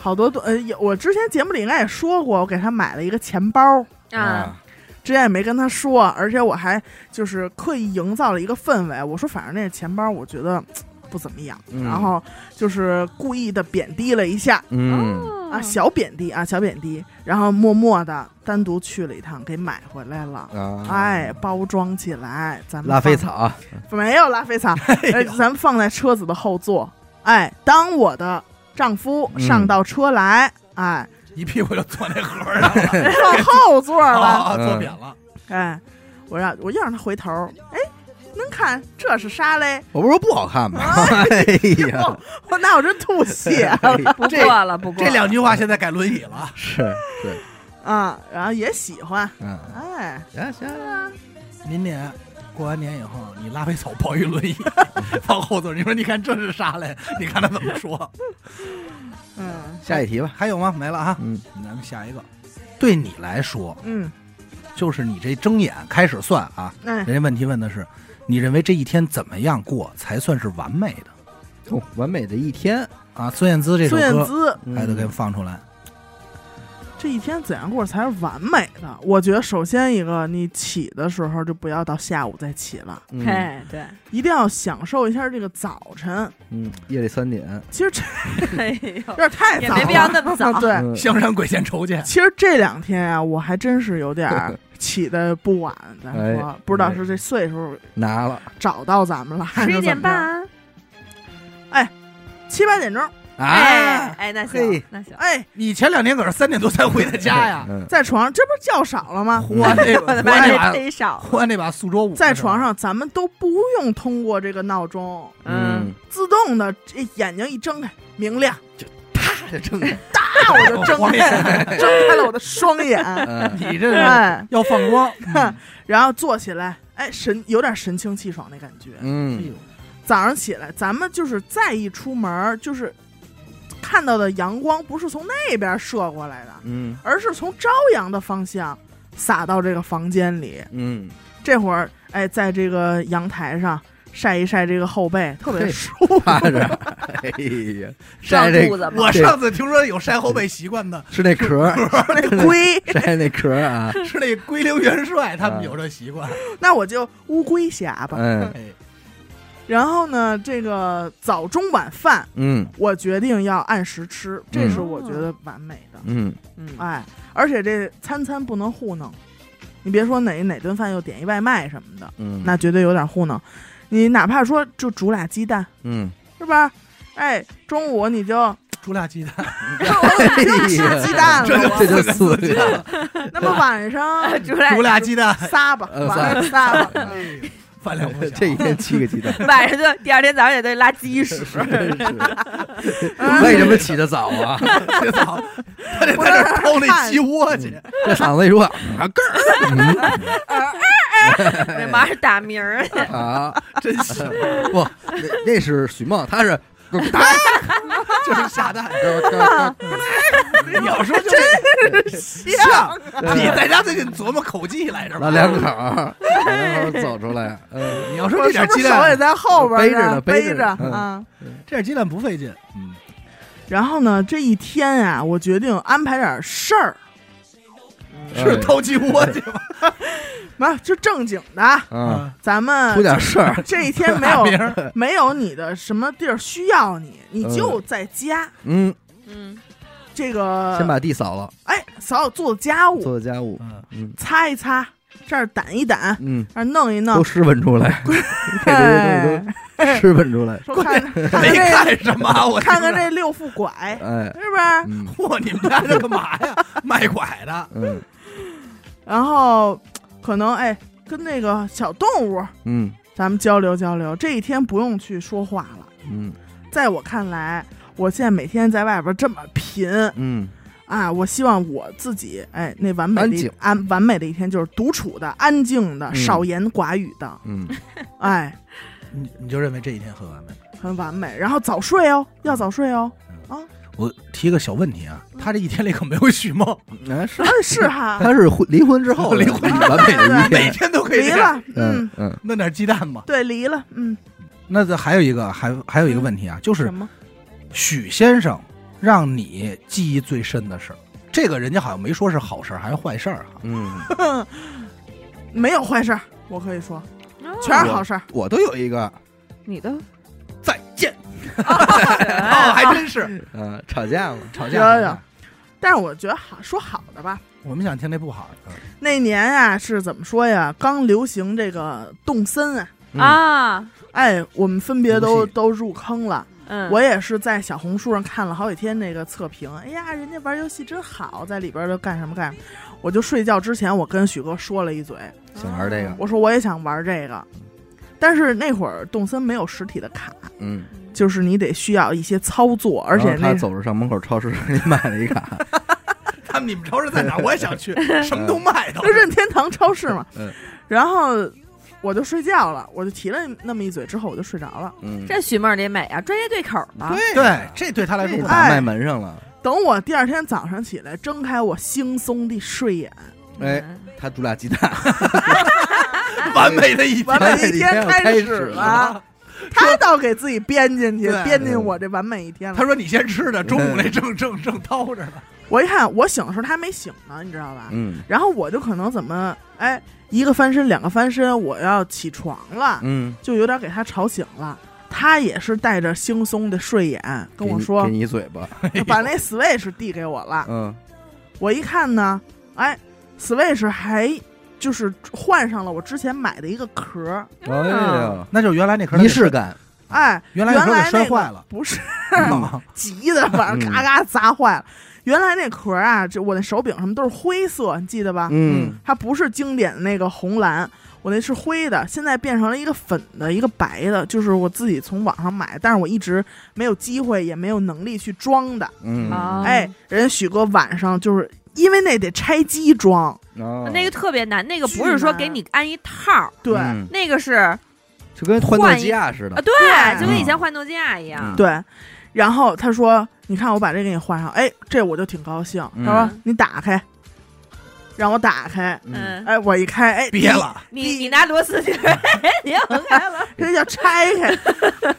B: 好多东呃，有我之前节目里应该也说过，我给他买了一个钱包。
C: 啊，
B: 之前也没跟他说，而且我还就是刻意营造了一个氛围。我说，反正那钱包我觉得不怎么样，
A: 嗯
B: 然后就是故意的贬低了一下
A: 嗯，
C: 哦
B: 啊，小贬低啊，小贬低，然后默默的单独去了一趟，给买回来了。
A: 啊，
B: 哎，，包装起来，咱们
A: 拉菲
B: 放
A: 草啊，
B: 没有拉
A: [laughs]
B: 菲草，
D: 哎
B: 呃咱们放在车子的后座。哎，当我的丈夫上
A: 嗯
B: 到车来，
A: [laughs]
B: 哎，
D: 一屁股就坐那盒儿 [laughs] 上了，
B: 放后座了，
D: 啊
A: 嗯
D: 坐扁了。
B: 哎，我让我又让他回头，哎，您看这是啥嘞？
A: 我不是说不好看吗？
B: 啊
A: [laughs] 哎呀
B: [laughs] 哦，我那我真
A: [laughs]
B: 吐血
A: 哎
B: [laughs]
A: 呀
C: 不过了，不过
D: 这两句话现在改轮椅了，
A: 是是，
B: 啊！然后也喜欢，
A: 嗯，
B: 哎，
A: 行行，
D: 明年过完年以后，你拉菲草抱一轮 [laughs] 椅放后座，你说你看这是啥嘞？你看他怎么说？
B: 嗯
A: 下一题吧。
D: [laughs] 还有吗？没了啊，
A: 嗯
D: 咱们下一个。对你来说，
B: 嗯，
D: 就是你这睁眼开始算啊，
B: 哎，
D: 人家问题问的是，你认为这一天怎么样过才算是完美的
A: 哦完美的一天，
D: 啊？孙燕姿这首
B: 孙燕
D: 歌，
B: 姿
A: 嗯
D: 哎，都给放出来。
B: 这一天怎样过才是完美的？的。我觉得首先一个，你起的时候就不要到下午再起了，
A: 嗯
C: 嘿，哎对，
B: 一定要享受一下这个早晨。
A: 嗯，夜里三点，
B: 其实这
C: 哎呦
B: 有，点太
C: 也
B: 早了，。
C: 没必 [laughs] 要那么早
B: [laughs] 对，
A: 嗯
D: 香山鬼见愁见，
B: 其实这两天啊，我还真是有点儿起的不晚，咱说、
A: 哎
B: 不知道是这岁数
A: 拿了
B: 找到咱们了，还
C: 十
B: 是
C: 一
B: 怎
C: 点
B: 么着，
C: 半，啊
B: 七八点钟，
C: 哎，哎，那行
A: 嘿，，
C: 那行，
B: 哎，
D: 你前两天可是三点多才回的家呀 [laughs]
A: 嗯
B: 在床上，这不是觉少了吗？
D: 胡安 [laughs] 那
C: [laughs] 我的
D: 胡
C: 妈，
D: 安
C: 这
D: 那把
C: 忒少，
D: 胡安那把苏州舞，
B: 在
D: [laughs]
B: 床，上，咱们都不用通过这个闹钟，
C: 嗯，
B: 自动的这眼睛一睁开，明亮，
A: 啪就睁开，
B: 那我就睁
D: 黄
B: 开
D: 脸，
B: [laughs] 了，睁开了我的双
A: [laughs]
B: 眼，
A: 哎嗯
D: 你这是
B: 哎，
D: 要放光，嗯
B: 然后坐起来，哎，神有点神清气爽的感觉。
D: 哎
A: 嗯
D: 呦，
B: 早上起来，咱们就是再一出门儿，就是看到的阳光不是从那边射过来的，
A: 嗯
B: 而是从朝阳的方向洒到这个房间里。
A: 嗯，
B: 这会儿，哎，在这个阳台上晒一晒这个后背，特别
A: 嘿
B: 舒服。
A: 趴着， [laughs] 哎呀，晒
C: 上
A: 这
B: 啊
C: 肚子吧。
D: 我上次听说有晒后背习惯的，
A: 是那壳儿，
B: 那龟，
A: 晒那壳儿啊，
B: 嗯
D: 是那龟灵元帅他们有这习惯，
B: 那我就乌龟侠吧。
A: 嗯
D: 哎，
B: 然后呢，这个早中晚饭，
A: 嗯
B: 我决定要按时吃，这是
C: 嗯
B: 我觉得完美的。
A: 嗯
C: 嗯 [laughs]
B: 哎，而且这餐餐不能糊弄，你别说哪哪顿饭又点一外卖什么的，
A: 嗯，
B: 那绝对有点糊弄。你哪怕说就煮俩鸡蛋，
A: 嗯，
B: 是吧？哎，中午你就
D: 煮俩鸡蛋，
A: 哎呀，
B: 鸡蛋
D: 这就
B: 了我，
A: 这就四个，
B: 那么晚
A: [laughs]
B: 上
C: 煮俩
D: 煮俩鸡蛋，
B: 仨吧，
A: 哎呃
B: 晚上
A: [laughs]
B: 仨吧。
D: 哎呦饭量不小，
A: 这一天七个鸡蛋，
C: 晚上就第二天早上也得拉鸡屎， [laughs]
A: 真是为什么起得早啊？
D: 这操，他得在这
B: [laughs]
D: 儿掏那鸡窝去，
A: 这嗓子一说，啊咯
C: 得马上打鸣儿去。
A: 儿啊，
D: 真行，
A: 不，那那是许梦，他是咯咯哒
D: 就是下
B: [laughs]
D: 蛋。
A: 咯咯咯
B: 哎
D: 你要说就是像，你在家最近琢磨口技来着吧
A: 老？两口儿，老两口儿走出来，嗯，
D: 你要说
B: 我
D: 这
B: 是
D: 点
B: 不
D: 鸡
B: 是手也
D: 蛋，
B: 在后边
A: 背着
B: 呢
A: 呢
B: 背
A: 背着
B: 着
A: 呢嗯
B: 啊？
D: 这点鸡蛋不费劲，嗯，
B: 然后呢，这一天啊，我决定安排点事儿，
D: 是掏鸡窝去吧？
B: 那啊就正经的，
A: 啊，
B: 咱们
A: 出点事儿，
B: 这一天没
D: 大
B: 有
D: 名儿
B: 没有你的什么地儿需要你，你就在家、
A: 嗯，
C: 嗯，
B: 这个
A: 先把地扫了，
B: 哎扫扫做家务，
A: 做家务，
D: 嗯，
A: 嗯
B: 擦一擦，这儿掸一掸，
A: 嗯，
B: 这儿弄一弄
A: 都，湿吻出 [laughs] 来，这
B: 哎
A: 东西，都湿吻出来，
B: 说看看看
D: [laughs] 没
B: 这
D: 干什么啊，我
B: 看看这六副拐
A: 哎，
B: 是不是？
A: 嗯
D: 嚯，你们家这干嘛呀？
B: [laughs]
D: 卖拐的，
A: 嗯
B: 然后可能哎跟那个小动物
A: 嗯
B: 咱们交流交流，这一天不用去说话了。
A: 嗯
B: 在我看来，我现在每天在外边这么贫
A: 嗯，
B: 啊，我希望我自己哎，那完美的
A: 安
B: 一
A: 静
B: 安完美的一天就是独处的、安静的、
A: 嗯
B: 少言寡语的，
A: 嗯
B: 哎，
D: 你你就认为这一天很完美？
B: 很完美。然后早睡哦，要早睡哦。
D: 我提个小问题啊，他这一天里可没有许梦，
A: [laughs] 哎是
B: 哎，是哈，
A: 他是婚 [laughs] 离婚之后的
D: 离婚
A: 完美 [laughs] 的一
D: [laughs] 每
A: 天，
D: 天都可以
B: 离
D: 这样
B: 了，嗯
A: 嗯，嗯
D: 弄点鸡蛋嘛。
B: 对，离了，嗯，
D: 那这还有一个，还还有一个问题啊，就是
B: 什么？ [laughs]
D: 许先生让你记忆最深的事儿，这个人家好像没说是好事儿还是坏事儿啊。
A: 嗯，
B: 没有坏事儿，我可以说
C: 嗯
B: 全是好事儿。
A: 我都有一个，
C: 你的
D: 再见， [laughs] 哦，还真是
A: 嗯，啊吵架嘛，
D: 吵
B: 有
D: 架。
B: 有但是我觉得好说好的吧。
D: 我们想听那不好的，
B: 那年啊，是怎么说呀？刚流行这个动森啊，
A: 嗯
C: 啊，
B: 哎，我们分别都
D: 游戏
B: 都入坑了。
C: 嗯，
B: 我也是在小红书上看了好几天那个测评，哎呀，人家玩游戏真好，在里边都干什么干什么。我就睡觉之前，我跟许哥说了一嘴，
A: 想玩这个
B: 我说我也想玩这个，但是那会儿动森没有实体的卡，
A: 嗯，
B: 就是你得需要一些操作，而且
A: 然后他
B: 那
A: 走着上门口超市 [laughs] 给你买了一卡，
D: 他们你们超市在哪？我也想 [laughs] 去，什么都卖到
B: 就。任天堂超市嘛
A: 嗯，
B: 然后我就睡觉了，我就提了那么一嘴之后我就睡着了。
A: 嗯，
C: 这许梦得美啊，专业对口吧？
D: 对，这对他来说
A: 这
D: 不
A: 打
D: 好。
A: 卖门上了，
B: 等我第二天早上起来，睁开我惺忪的睡
A: [laughs]
B: 眼，
A: 哎，
C: 嗯
A: 他煮俩鸡蛋，
D: 完美的一
B: 完
D: 天。
A: 哎
B: 美的一
A: 一天
B: 天
A: 要
B: 开
A: 开
B: 始
A: 始
B: 了。他倒给自己编进去，
A: [laughs]
D: 对
B: 编进我这完美一天
D: 他
B: 了。
D: 说你先吃的，中午那正正正叨着呢。
B: 我一看，我醒的时候他还没醒呢，你知道吧？
A: 嗯
B: 然后我就可能怎么，哎，一个翻身，两个翻身，我要起床了，
A: 嗯，
B: 就有点给他吵醒了。他也是带着惺忪的睡眼跟
A: 给
B: 我
A: 你嗯
B: 说啊
A: 给，你一嘴巴，
B: 把那 Switch 递给我了。
A: 嗯
B: 我一看呢，哎，Switch 还就是换上了我之前买的一个壳儿，
A: 哎呀，
D: 哦那就是原来那壳儿
A: 仪式感，啊
B: 哎，
D: 原来
B: 原
D: 那壳儿
B: 来
D: 给
B: 那
D: 摔
B: 个
D: 坏了，
B: 不是啊
D: 嗯
B: [laughs] 急的，反正嘎嘎砸坏了。原来那壳儿啊，这我那手柄什么都是灰色，你记得吧？
A: 嗯
B: 它不是经典的那个红蓝，我那是灰的，现在变成了一个粉的，一个白的，就是我自己从网上买，但是我一直没有机会，也没有能力去装的。
A: 嗯，
C: 啊，
B: 哎，人家许哥晚上就是因为那得拆机装，
A: 哦
C: 那个特别难，那个
B: 巨
C: 不是说
B: 难
C: 给你安一套儿，
B: 对、
A: 嗯
C: 那个是啊，
A: 就跟换诺
C: 换一
A: 基亚
B: 呃
A: 似的，
C: 对，就跟以前
A: 嗯
C: 换诺基亚一样
A: 嗯，
B: 对。然后他说：“你看，我把这给你换上，哎，这我就挺高兴。”
A: 嗯
B: 他说：“你打开，让我打开。”
A: 啊
C: 嗯，
B: 哎，我一开，哎，
D: 憋了，
C: 你你拿螺丝 [laughs] 去，你横开
B: [laughs]
C: 了，
B: 这叫拆开。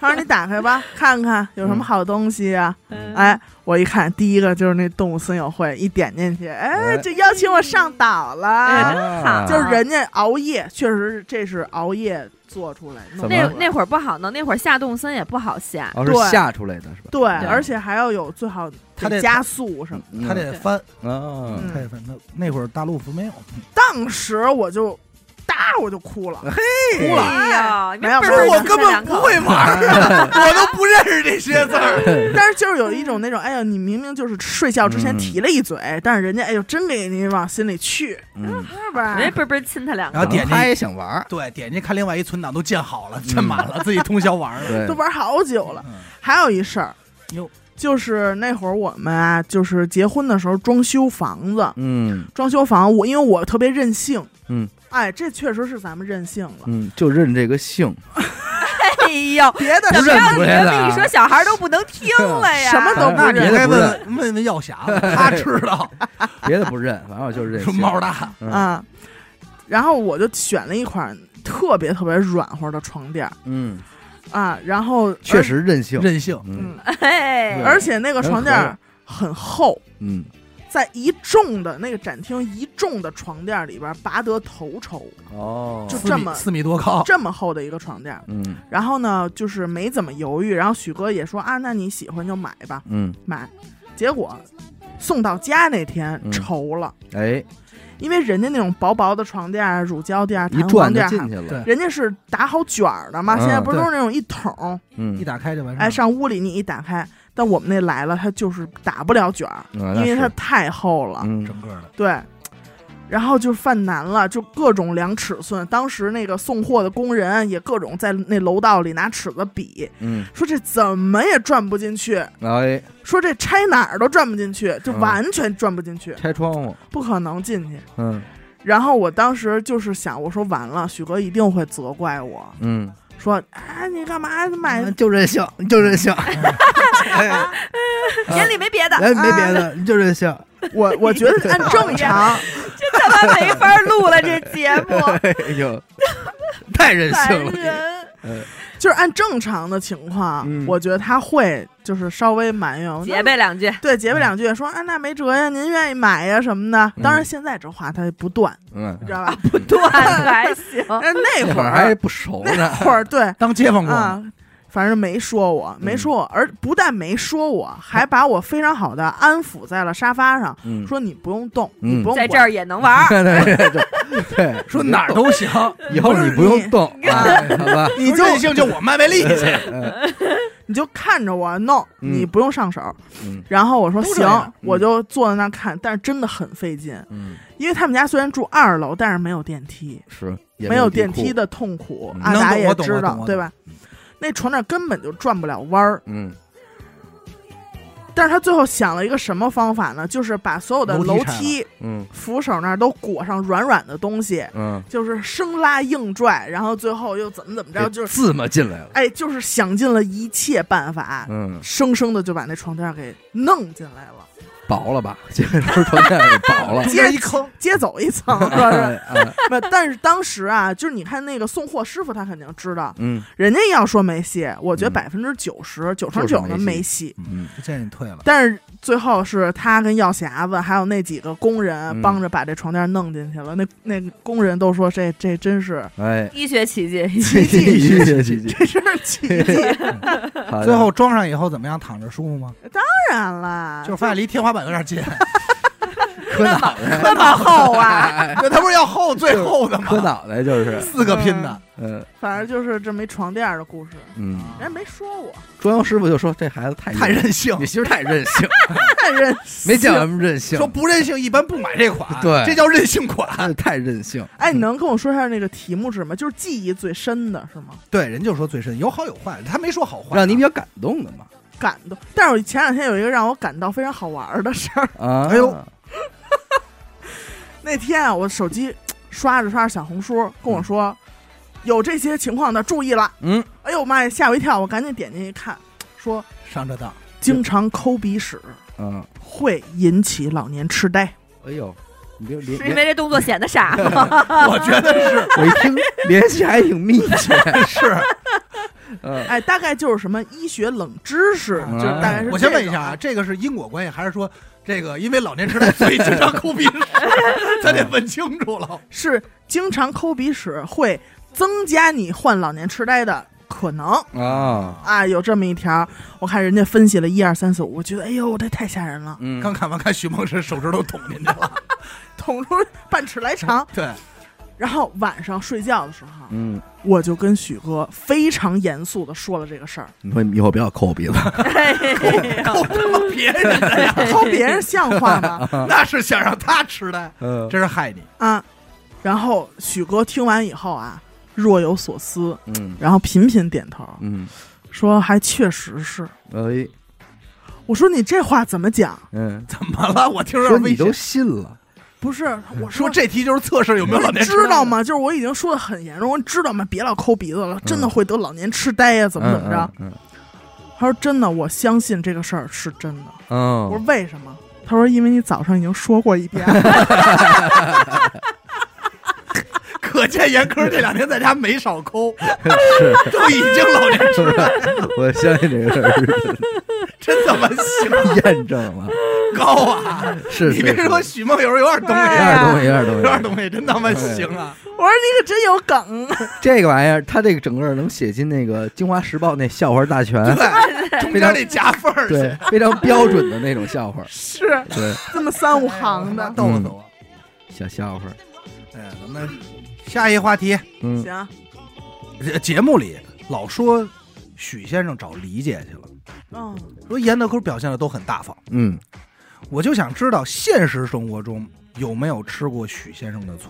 B: 他说：“你打开吧，看看有什么好东西啊。
C: 嗯
B: 哎，我一看，第一个就是那动物森友会，一点进去，哎，
A: 哎
B: 就邀请我上岛
C: 哎
B: 了。
C: 真
A: 啊
C: 好，
B: 就是人家熬夜，确实这是熬夜做出来的。
A: 怎么
C: 那
A: 了
C: 那会儿不好弄，那会儿下动森也不好下，
A: 哦是
B: 对
A: 吓出来的是吧？
B: 对，
A: 嗯
B: 而且还要有最好
D: 他得
B: 加速什么。
A: 嗯
D: 他得翻，
A: 啊
B: 嗯
D: 他得翻。那那会儿大陆服没有，
B: 当时我就，哒，我就哭了。
A: 哭
B: 了
C: 哎呦，
B: 没有
C: 不
B: 不
C: 是
B: 是
C: 我
D: 玩 [laughs] 儿，我都不认识这些字儿。
B: 但是就是有一种那种，哎呀，你明明就是睡觉之前
A: 嗯
B: 提了一嘴，但是人家哎呦真给你往心里去，
A: 嗯，
B: 是吧？
C: 人家嘣嘣亲他两
D: [laughs] 然后
C: 个，
D: 点进
A: 他也想玩儿，
D: 对，点进去看另外一存档都建好了，建满了，自己通宵玩儿了。
A: 对
B: 都，玩好久了。
D: 嗯
B: 还有一事儿
D: 哟，
B: 就是那会儿我们啊，就是结婚的时候装修房子，
A: 嗯
B: 装修房我因为我特别任性，
A: 嗯，
B: 哎，这确实是咱们任性了，
A: 嗯，就认这个姓，
C: 哎
B: [laughs]
C: 呦，
B: 别的
A: 不
C: 怎
A: 是
C: 么样？
A: 不是
C: 你这
A: 的啊
C: 么一说，小孩儿都不能听了呀，
B: 啊什么都
D: 那
B: 不
D: 你
A: 别
B: 认
A: 的
D: 该
A: 不认
D: 问问问药侠了，他知 [laughs] 道
A: 别的不认，反正我就是
D: [laughs]
A: 认
D: 说
A: 姓
D: 猫大，
A: 嗯
B: 啊。然后我就选了一款特别特别软和的床垫儿
A: 嗯，
B: 啊，然后
A: 确，实任性，
D: 任性。
A: 嗯
B: 嗯，
C: [laughs] 哎，
A: 对
B: 而且那个床垫
A: 人
B: 儿很厚，
A: 嗯，
B: 在一众的那个展厅一众的床垫儿里边儿拔得头筹，
A: 哦，
B: 就
D: 四
B: 这
D: 米
B: 么
D: 四米多高，
B: 这么厚的一个床垫儿。
A: 嗯
B: 然后呢，就是没怎么犹豫，然后许哥也说啊，那你喜欢就买吧，
A: 嗯，
B: 买。结果送到家那天
A: 嗯
B: 愁了，
A: 哎，
B: 因为人家那种薄薄的床垫啊儿、乳胶垫儿、
A: 一
B: 弹簧
A: 转就
B: 垫儿，啊
A: 进去了，
B: 人家是打好卷儿的嘛，
A: 嗯
B: 现在不是
D: 对
B: 都是那种一桶，
A: 嗯
D: 一，打开就完事儿
B: 哎，
D: 了。
B: 上屋里你一打开，但我们那来了，它就是打不了卷儿，
A: 因
B: 因为它太厚了，
A: 啊嗯
D: 整个的
B: 对。然后就犯难了，就各种量尺寸。当时那个送货的工人也各种在那楼道里拿尺子比，
A: 嗯，
B: 说这怎么也转不进去，
A: 哎，
B: 说这拆哪儿都转不进去，就
A: 嗯
B: 完全转不进
A: [laughs]
B: 去，
A: 拆窗户，
B: 不可能进去。
A: 嗯
B: 然后我当时就是想，我说完了，许哥一定会责怪我，
A: 嗯，
B: 说啊你干嘛买？
A: 就任性，就任
B: [laughs]
A: 性，
B: 啊
C: 眼里没别的，
A: 哎，没别的，你就任性，
B: 我我觉得按正常，
C: 这他妈没法录了，这节
B: [laughs]
C: 目
A: [laughs] 哎呦， [laughs] 太任
C: 烦
A: 性了，
C: 人。
B: [laughs] 就是按正常的情况，
A: 嗯
B: 我觉得他会就是稍微埋怨我，
C: 结呗两句，
B: 对结巴两句，说啊那没辙呀，您愿意买呀什么的。
A: 嗯
B: 当然现在这话他不断，
A: [laughs]
B: [laughs]
A: 嗯，
B: 你知道吧？
C: [laughs] 断还行。
B: 但是那
A: 那
B: 会
A: 会儿
B: 儿啊
A: 还不
B: [laughs]
A: 熟
B: 那
D: 嗯
A: 呢，
B: 会儿对，
D: [laughs] 当街坊过呢，
B: 啊，反正没说我，没说我，而不但没说我，还把我非常好的安抚在了沙发上，
A: 嗯，
B: 说你不用动，
A: 嗯
B: 你不用
C: 在
B: 管
C: 这儿也能玩儿，
A: 对 [laughs] 对对
B: [laughs]
A: 对，
D: 说哪儿都 [laughs] 行，
A: [laughs] 以后你不用动啊，好吧，
B: 你就
D: 说任性就我卖卖力气， [laughs]
B: 你就看着我弄，
A: 嗯
B: 你不用上手。
A: 嗯
B: 然后我说
D: 都这
B: 行
D: 样，
A: 嗯
B: 我就坐在那儿看，但是真的很费劲，
A: 嗯，
B: 因为他们家虽然住二楼，但是没有电梯，
A: 是
B: 没有电梯，的痛苦
A: 嗯，
B: 阿
D: 能
B: 达
D: 懂
B: 也
D: 我懂
B: 知
D: 我懂嗯
B: 道，
D: 我
B: 对
D: 懂
B: 吧？那床那儿根本就转不了弯儿，
A: 嗯
B: 但是他最后想了一个什么方法呢？就是把所有的
D: 楼梯
B: 楼
D: 拆了
B: 梯
A: 嗯
B: 扶手那儿都裹上软软的东西，
A: 嗯，
B: 就是生拉硬拽，然后最后又怎么怎么着，就是
A: 字嘛进来了，
B: 哎，就是想尽了一切办法，
A: 嗯，
B: 生生的就把那床垫给弄进来了。。
A: 薄了吧？这个不是条件给薄了
B: [laughs] 接
D: 一坑，
B: 接走
D: [laughs]
B: 一层，是不是？
A: 哎哎
B: 不，但是当时啊，就是你看那个送货师傅，他肯定知道，
A: 嗯
B: 人家要说没戏，我觉得
A: 嗯
B: 百分之九十、九成
A: 就是
B: 九的
A: 没戏
B: 没戏。
A: 嗯，
D: 就建议你退了。
B: 但是最后是他跟药匣子还有那几个工人
A: 嗯
B: 帮着把这床垫弄进去了。那那工人都说这这真是
A: 哎，
C: 医学奇迹，
A: [laughs]
B: 奇迹，
A: 谢谢谢谢。
B: 这真是奇迹。
A: 好的
D: 最后装上以后怎么样？躺着舒服吗？
B: 当然啦，
D: 就是发现离天花板有点近，
A: 磕脑袋，
B: 那么厚啊，
A: 哎
D: [laughs] 对，它不是要厚最厚的吗？
A: 磕脑袋就是，
D: 四个拼的，
A: 嗯
B: 反正就是这没床垫的故事。
A: 嗯，
B: 人家没说我，
A: 装修师傅就说这孩子太
D: 太任性
A: 你。媳妇太任性，
B: 太任
A: 没见
B: 性
A: 过他们任性
D: 说，不任性一般不买这款，
A: 对
D: 这叫任性款。
A: 真是太任性。
B: 哎，你能跟我说一下那个题目是什么？就是记忆最深的是吗？
D: [laughs] 对，人就说最深，有好有坏，他没说好坏啊，
A: 让你比较感动的嘛
B: 感动。但是我前两天有一个让我感到非常好玩的事儿。
A: 啊！
D: 哎呦
B: 那天啊，我手机刷着刷着小红书，跟我
D: 嗯
B: 说、有这些情况的注意了。
A: 嗯，
B: 哎呦妈呀，吓我一跳！我赶紧点进去看，说
D: 上这当。
B: 经常抠鼻屎
A: 嗯，
B: 会引起老年
D: [laughs]
B: 痴呆。
A: 哎呦，你别
B: [laughs]
C: 是因
A: 联，
C: 为这动作显得傻吗？
D: 我觉得是
A: 我一听联系还挺密切，
D: 是。
A: 嗯
B: 哎，大概就是什么医学冷知识，
A: 啊
B: 就是大概是、
D: 我先问一下啊，， [laughs] 这个是因果关系，还是说这个因为老年痴呆所以经常抠鼻屎？ [laughs] 咱得问清楚了。
B: 是经常抠鼻屎会增加你患老年痴呆的可能。
A: 啊，
B: 啊，有这么一条，我看人家分析了一二三四五，我觉得哎呦，这太吓人了，
A: 嗯，
D: 刚看完，看徐梦是手指头捅进去了。
B: 捅出半尺来长。
D: 对，
B: 然后晚上睡觉的时候，啊
A: 嗯，
B: 我就跟许哥非常严肃的说了这个事儿，
A: 你说以后不要抠我鼻子，
C: 哎呦
D: 抠他妈 [laughs] 别人的呀，
B: 抠别人像话吗？
D: 那是想让他痴呆，
A: 嗯
D: 嗯真是害你。
B: 啊，然后许哥听完以后啊，若有所思，
A: 嗯
B: 然后频频点头，
A: 嗯，
B: 说还确实是。
A: 哎
B: 我说你这话怎么讲？
A: 嗯，
D: 怎么了？我听着
A: 说
D: 危
A: 你
D: 险
A: 都。信了，
B: 不是，我
D: 说这题就是测试有没有老年
B: 你
D: 痴
B: 知
D: 呆
B: 道？吗？就是我已经说的很严重，我说你知道吗？别老抠鼻子了，真的会得老年痴呆啊呀、怎么怎么着？
A: 嗯？嗯
B: 他说真的，我相信这个事儿是真的。
A: 嗯，
B: 我说为什么？他说因为你早上已经说过一遍了。
D: 可见严科这两天在家没少抠，
A: [laughs] 是，
D: 都已经老年痴呆，
A: 我相信这个事儿是
D: 真他妈行
A: 验证了，
D: 高啊！
A: 是
D: 你别说，
A: 是
D: 许梦有时候有点东
A: 有
D: 西，
A: 点东西，有点东
D: 有
A: 西，哎
D: 点东西，真他妈行啊！
B: 我说你可真有梗，
A: 这个玩意儿，它这个整个能写进那个《京华时报》那笑话大全，
D: 对，中间那夹缝儿
A: 哎对，非常标准的那种笑话，
B: 是
A: 对，
B: 这么三五行的。
D: 逗死我！
A: 小笑话，
D: 哎，咱们下一话题，
A: 嗯
B: 行，
D: 呃节目里老说许先生找理解去了，
B: 嗯，
D: 说严德科表现的都很大方，
A: 嗯，
D: 我就想知道现实生活中有没有吃过许先生的醋，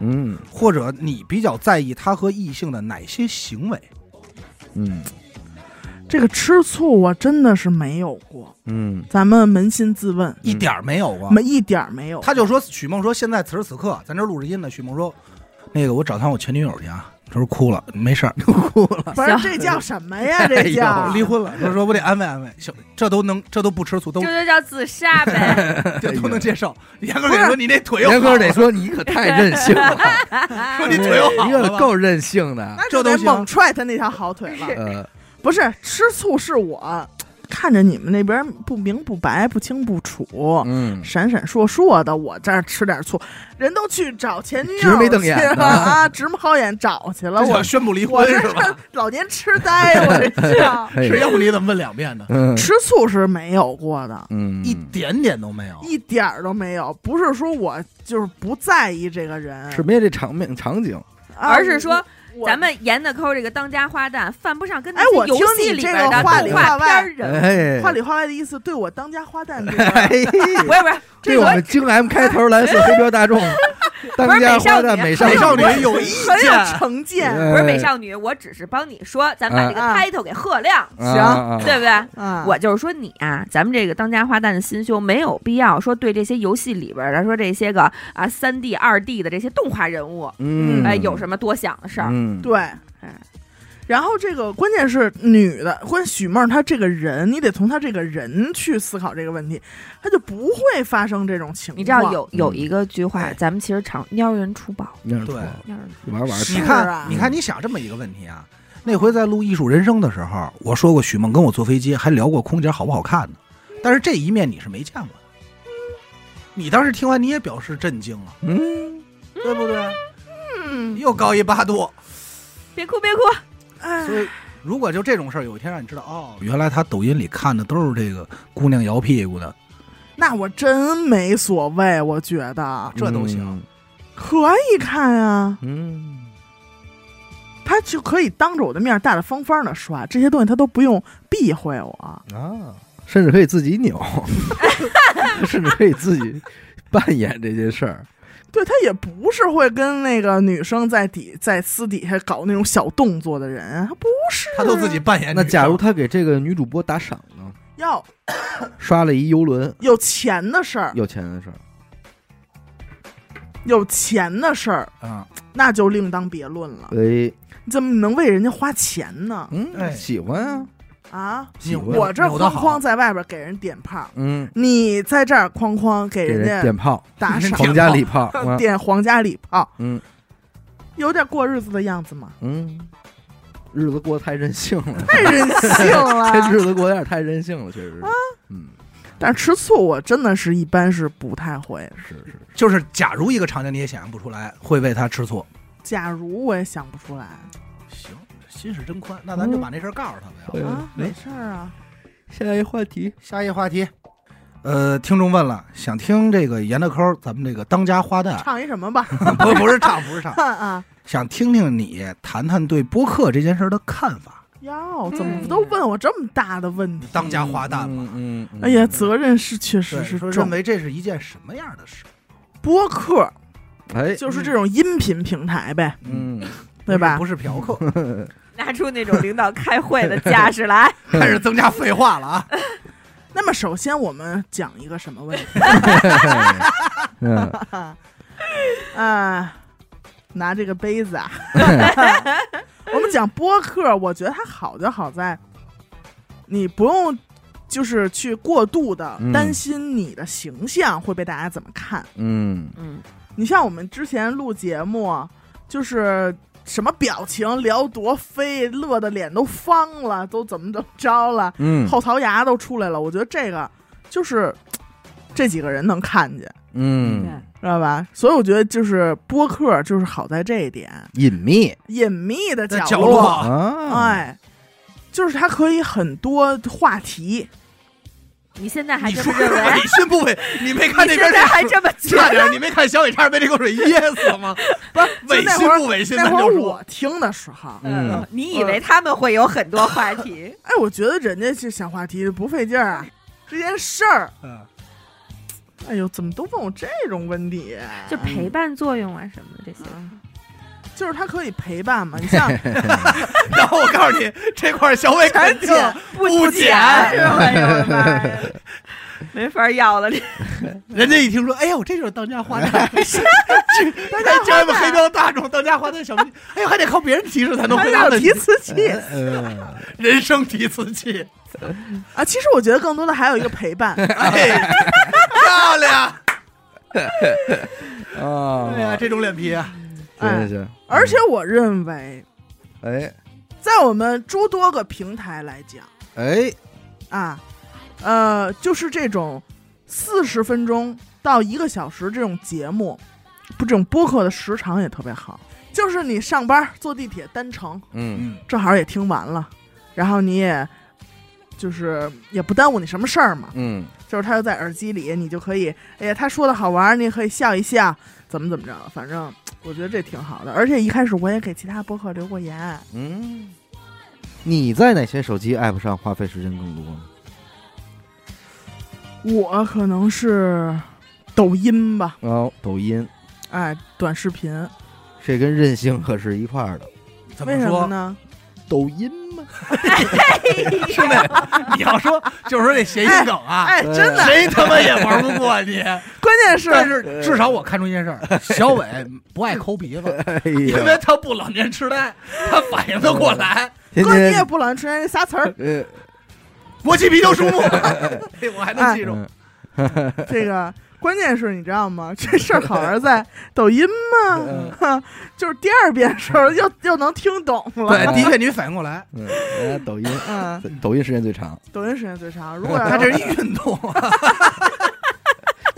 A: 嗯
D: 或者你比较在意他和异性的哪些行为？
A: 嗯
B: 这个吃醋我真的是没有过，
A: 嗯
B: 咱们扪心自问，
D: 一点儿没有啊！
B: 没一点儿没有。
D: 他就说许梦说现在此时此刻咱这录着音呢，许梦说，那个我找趟我前女友去啊，他说哭了，没事儿，
B: 不是这叫什么呀？这叫
A: 哎
D: 离婚了，他说我得安慰安慰，行，这都能这都不吃醋，都
C: 这就叫自杀呗！
D: 这都能接受。严哥
B: 哎不
D: 跟
B: 是
D: 你说你那腿又
A: 严哥
D: 好
A: 得
D: 了
A: 说你可太任性了，
D: 说你腿又啊好
B: 哎
A: 你
D: 了
A: 可
D: 吧，
A: 够任性的，
B: 那
D: 这
B: 就得
D: 都行
B: 猛踹他那条好腿了。
A: 呃，
B: 不是吃醋，是我看着你们那边不明不白、不清不楚。
A: 嗯，
B: 闪闪烁烁的，我这儿吃点醋，人都去找前女友去
A: 直
B: 了
A: 眉瞪眼的
B: 啊，直眉好眼找去了。
D: 这叫
B: 我
D: 宣布离
B: [laughs] 我
D: 婚
B: 这
D: 是吧？
B: 老年痴呆，我这 [laughs] 叫
A: 哎
D: 是要不你怎么问两遍呢？
A: 嗯
B: 吃醋是没有过的，
A: 嗯，
D: 一点点都没有。
B: 一点儿都没有。不是说我就是不在意这个人，
A: 是没有这场面场景，
B: 啊
C: 而是说，
B: [laughs] 我
C: 咱们严的抠这个当家花旦犯不上跟那
B: 哎
C: 些
B: 我听
C: 游戏
B: 你
C: 里
B: 这
C: 边
B: 个
C: 的
A: 话
C: 动
A: 里
B: 话
C: 画
B: 外
C: 片儿人。
A: 哎，
B: 话里话外的意思，对我当家花
D: [laughs]
B: 旦这
A: 哎
B: 个，，
C: 不是不是，
A: 对我们京 M 开头蓝色黑标大众，当家花旦美少
D: 美少女哎有意
B: 很有
D: 见，
B: 成见
A: 哎
C: 不是美少女，我只是帮你说，咱把这个
B: 啊
C: title 给喝亮，嗯
A: 啊
C: 对不对？
B: 啊。
C: 我就是说你啊，咱们这个当家花旦的心胸没有必要说对这些游戏里边儿的说这些个啊三 D、二 D 的这些动画人物，
A: 嗯，
C: 哎，有什么多想的事儿？
A: 嗯，
B: 对，然后这个关键是女的，关于许梦她这个人，你得从她这个人去思考这个问题，她就不会发生这种情况。
C: 你知道有有
A: 嗯
C: 一个句话，咱们其实常“妖人出宝
A: 那是
D: 对
A: 错了”，
C: 妖人
A: 玩儿玩儿
B: 是
D: 你
B: 啊
D: 看，你看，你想这么一个问题啊？那回在录《艺术人生》的时候，我说过许梦跟我坐飞机，还聊过空姐好不好看呢。但是这一面你是没见过的。你当时听完你也表示震惊了，
A: 嗯，
D: 对不对？
B: 嗯，
D: 又高一八度，
C: 别哭别哭，
B: 哎
D: 所以如果就这种事儿，有一天让你知道，哦，原来他抖音里看的都是这个姑娘摇屁股的，
B: 那我真没所谓，我觉得
D: 这都行。
B: 可以看啊，
A: 嗯，
B: 他就可以当着我的面大大方方的刷这些东西，他都不用避讳我。
A: 嗯啊，甚至可以自己扭， [laughs] 甚至可以自己扮演这件事儿。
B: 对他也不是会跟那个女生在底在私底下搞那种小动作的人，他不是
D: 他都自己
B: 嗯
D: 扮演女
A: 那
D: 生。
A: 假如他给这个女主播打赏呢？
B: 要
A: 刷了一游轮，
B: 有钱的事儿，
A: 有钱的事儿，
B: 有钱的事儿，
D: 啊，
B: 那就另当别论了。
A: 哎，
B: 你怎么能为人家花钱呢？
A: 嗯，
D: 哎
A: 喜欢啊，
B: 啊，
A: 喜欢，
B: 我这
D: 扭得
B: 哐
D: 好
B: 哐在外边给人点炮，
A: 嗯，
B: 你在这儿哐哐给
A: 给
B: 人
A: 人
B: 家
A: 点炮，[laughs]
B: 打赏，
A: 皇家礼炮，啊
B: 点皇家礼炮，
A: 嗯
B: 有点过日子的样子吗？
A: 嗯，日子过得太任性了，
B: 太任性 [laughs]
A: 这
B: 了。
A: [laughs] 日子过得有点太任性了，确实是，嗯，
B: 但是吃醋我真的是一般是不太会。
A: 是是，
D: 就是假如一个场景你也想象不出来，会为他吃醋。
B: 假如我也想不出来
D: 行，心是真宽，那咱
B: 嗯
D: 就把那事儿告诉他们呀。
A: 对
B: 啊，
A: 没
D: 哎
B: 没事儿啊。
A: 下一话题，
D: 下一话题，呃，听众问了，想听这个严德抠咱们这个当家花旦，
B: 唱一什么吧？
D: [laughs] 不不是唱不是唱，
B: 啊，
D: 想听听你谈谈对播客这件事儿的看法。
B: 哟，怎
C: 嗯
B: 么都问我这么大的问题？
D: 当家花旦嘛，
A: 嗯嗯，嗯
B: 哎呀，责任是确实
D: 对，
B: 是
D: 说认
B: 重。
D: 为嗯这是一件什么样的事儿？
B: 播客
A: 哎，
B: 就是这种音频平台呗，
A: 嗯，
B: 对吧
D: 不？是嫖客，
B: [laughs]
C: 拿出那种领导开会的架势来。 [laughs]
D: 开始增加废话了
B: [laughs]
D: 啊！
B: 那么首先我们讲一个什么问题
A: 嗯，
B: [laughs] 啊？拿这个杯
A: [laughs]
B: 子啊，我们讲播客，我觉得它好就好在，你不用就是去过度的
A: 嗯
B: 担心你的形象会被大家怎么看。
A: 嗯
C: 嗯，
B: 你像我们之前录节目，就是什么表情聊多飞，乐的脸都方了，都怎么怎么着了，
A: 嗯
B: 后槽牙都出来了。我觉得这个就是这几个人能看见，
A: 嗯，
B: 知道吧？所以我觉得就是播客就是好在这一点，
A: 隐秘
B: 隐秘的
D: 在
B: 落，
D: 角落
A: 啊，
B: 哎，就是它可以很多话题。
C: 你现在还
D: 你
C: 这
D: 说
C: 么认为？
D: 你信不信？ [laughs] 你没看
C: 你
D: 那
C: 现
D: 边
C: 在还这么
D: [laughs]
C: 觉
D: 差
C: 得？
D: 点，你没看小伟差点被这口水噎死吗？
B: [laughs] 不是就
D: 违
B: 那
D: 心
B: 会儿
D: 不违心？
B: 那
D: 咱
B: 会儿
D: 就说
B: 我听的时候，
A: 嗯
C: 嗯，你以为他们会有很多话题？
B: 哎，我觉得人家这想话题不费劲儿啊，这件事儿。
D: 嗯
B: 哎呦，怎么都问我这种问题啊、
C: 就陪伴作用啊什么的这些。
B: 就是他可以陪伴
D: [laughs]
B: 嘛。你像
D: 哎然后我告诉你，这块儿小伟肯定不
C: 减是吧？哎呦我的妈呀，没法要了，这
D: 人家一听说，哎呦，这就是当家花旦， [laughs] 当家
B: 家花旦
D: 黑标大众当家花旦小
B: [laughs]
D: 秘密，哎呦，还得靠别人提示才能
B: 他
D: 回答
B: 有
D: 的，
B: 提词器
A: 嗯，
D: 人生提词器，
B: 啊，其实我觉得更多的还有一个陪
D: [laughs]
B: 伴。
D: 哎，漂亮，
A: 啊，
D: 哎
B: 嗯
D: 呀，这种脸皮啊，
A: 行行
B: 哎，
A: 行，
B: 而且我认为，
A: 哎
B: 在我们诸多个平台来讲
A: 哎，
B: 啊，呃，就是这种四十分钟到一个小时这种节目，不，这种播客的时长也特别好。就是你上班坐地铁单程，
A: 嗯
D: 嗯，
B: 正好也听完了，然后你也就是也不耽误你什么事儿嘛。
A: 嗯
B: 就是他就在耳机里，你就可以，哎呀，他说的好玩儿，你也可以笑一笑，怎么怎么着，反正我觉得这挺好的。而且一开始我也给其他播客留过言，
A: 嗯，你在哪些手机 app 上花费时间更多呢？
B: 我可能是抖音吧，
A: 哦，抖音，
B: 哎，短视频，
A: 这跟任性可是一块儿的。
D: 怎
B: 为
D: 么
B: 什么
D: 说？
B: 呢？
A: 抖音吗？
C: 哎
D: 兄弟，你要说就是说这谐音梗啊，
B: 哎，真的，
D: 谁他妈也玩不过你。
B: 关键是
D: 但是至少我看出一件事儿，小伟不爱抠鼻子，
A: 哎
D: 因为
A: 呀，
D: 他不老年痴呆，他反应得过来。
A: 天
B: 哥你
A: 天，
B: 也不老吃那仨词
D: [laughs]
B: 儿
A: 呃
D: 国际啤酒
B: [laughs]
D: 数目，嘿哎我还能记
B: 哎
D: 住。
A: 嗯
B: 这个关键是你知道吗？这事儿好像在抖音
A: 嗯
B: 嘛，就是第二遍的时候又又能听懂了。
D: 对，第一遍你反应过来，
A: 嗯，哎抖音，
B: 嗯，
A: 抖音时间最长，
B: 抖音时间最长。如果
D: 他
B: 要
D: 这是
B: 是
D: 一运动
B: 哎
D: 啊。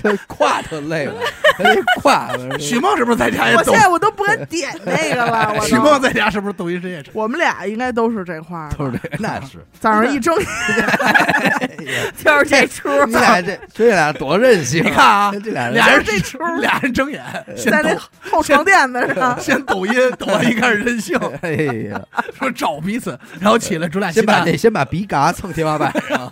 A: 他胯特累了， [laughs] 他这胯 [laughs] 子
D: 许梦是不是在家也
B: 我
D: 抖
B: 现？在我都不敢点那个了，我
D: 许梦
B: 都。
D: 在家是不是抖音时间也长？
B: 我们俩应该都是这块儿的，
A: 都是这，那 [laughs] 是
B: 早上一睁，
C: [laughs]
A: 哎
C: 就是这出。
A: [laughs] 你俩这这俩多任性
D: [laughs] 你看啊，
A: 这 [laughs] 俩人
D: 俩人这出，
A: [laughs]
D: 俩人睁眼，先
B: 在那
D: 抖，
B: 后床垫子上，
D: 先抖音，
A: [laughs]
D: 抖完一开始任性，
A: 哎 [laughs] 呀，
D: 说找彼此，然后起来煮俩鸡
A: 先把
D: 蛋
A: 那，先把鼻嘎啊蹭天花 [laughs] 板上，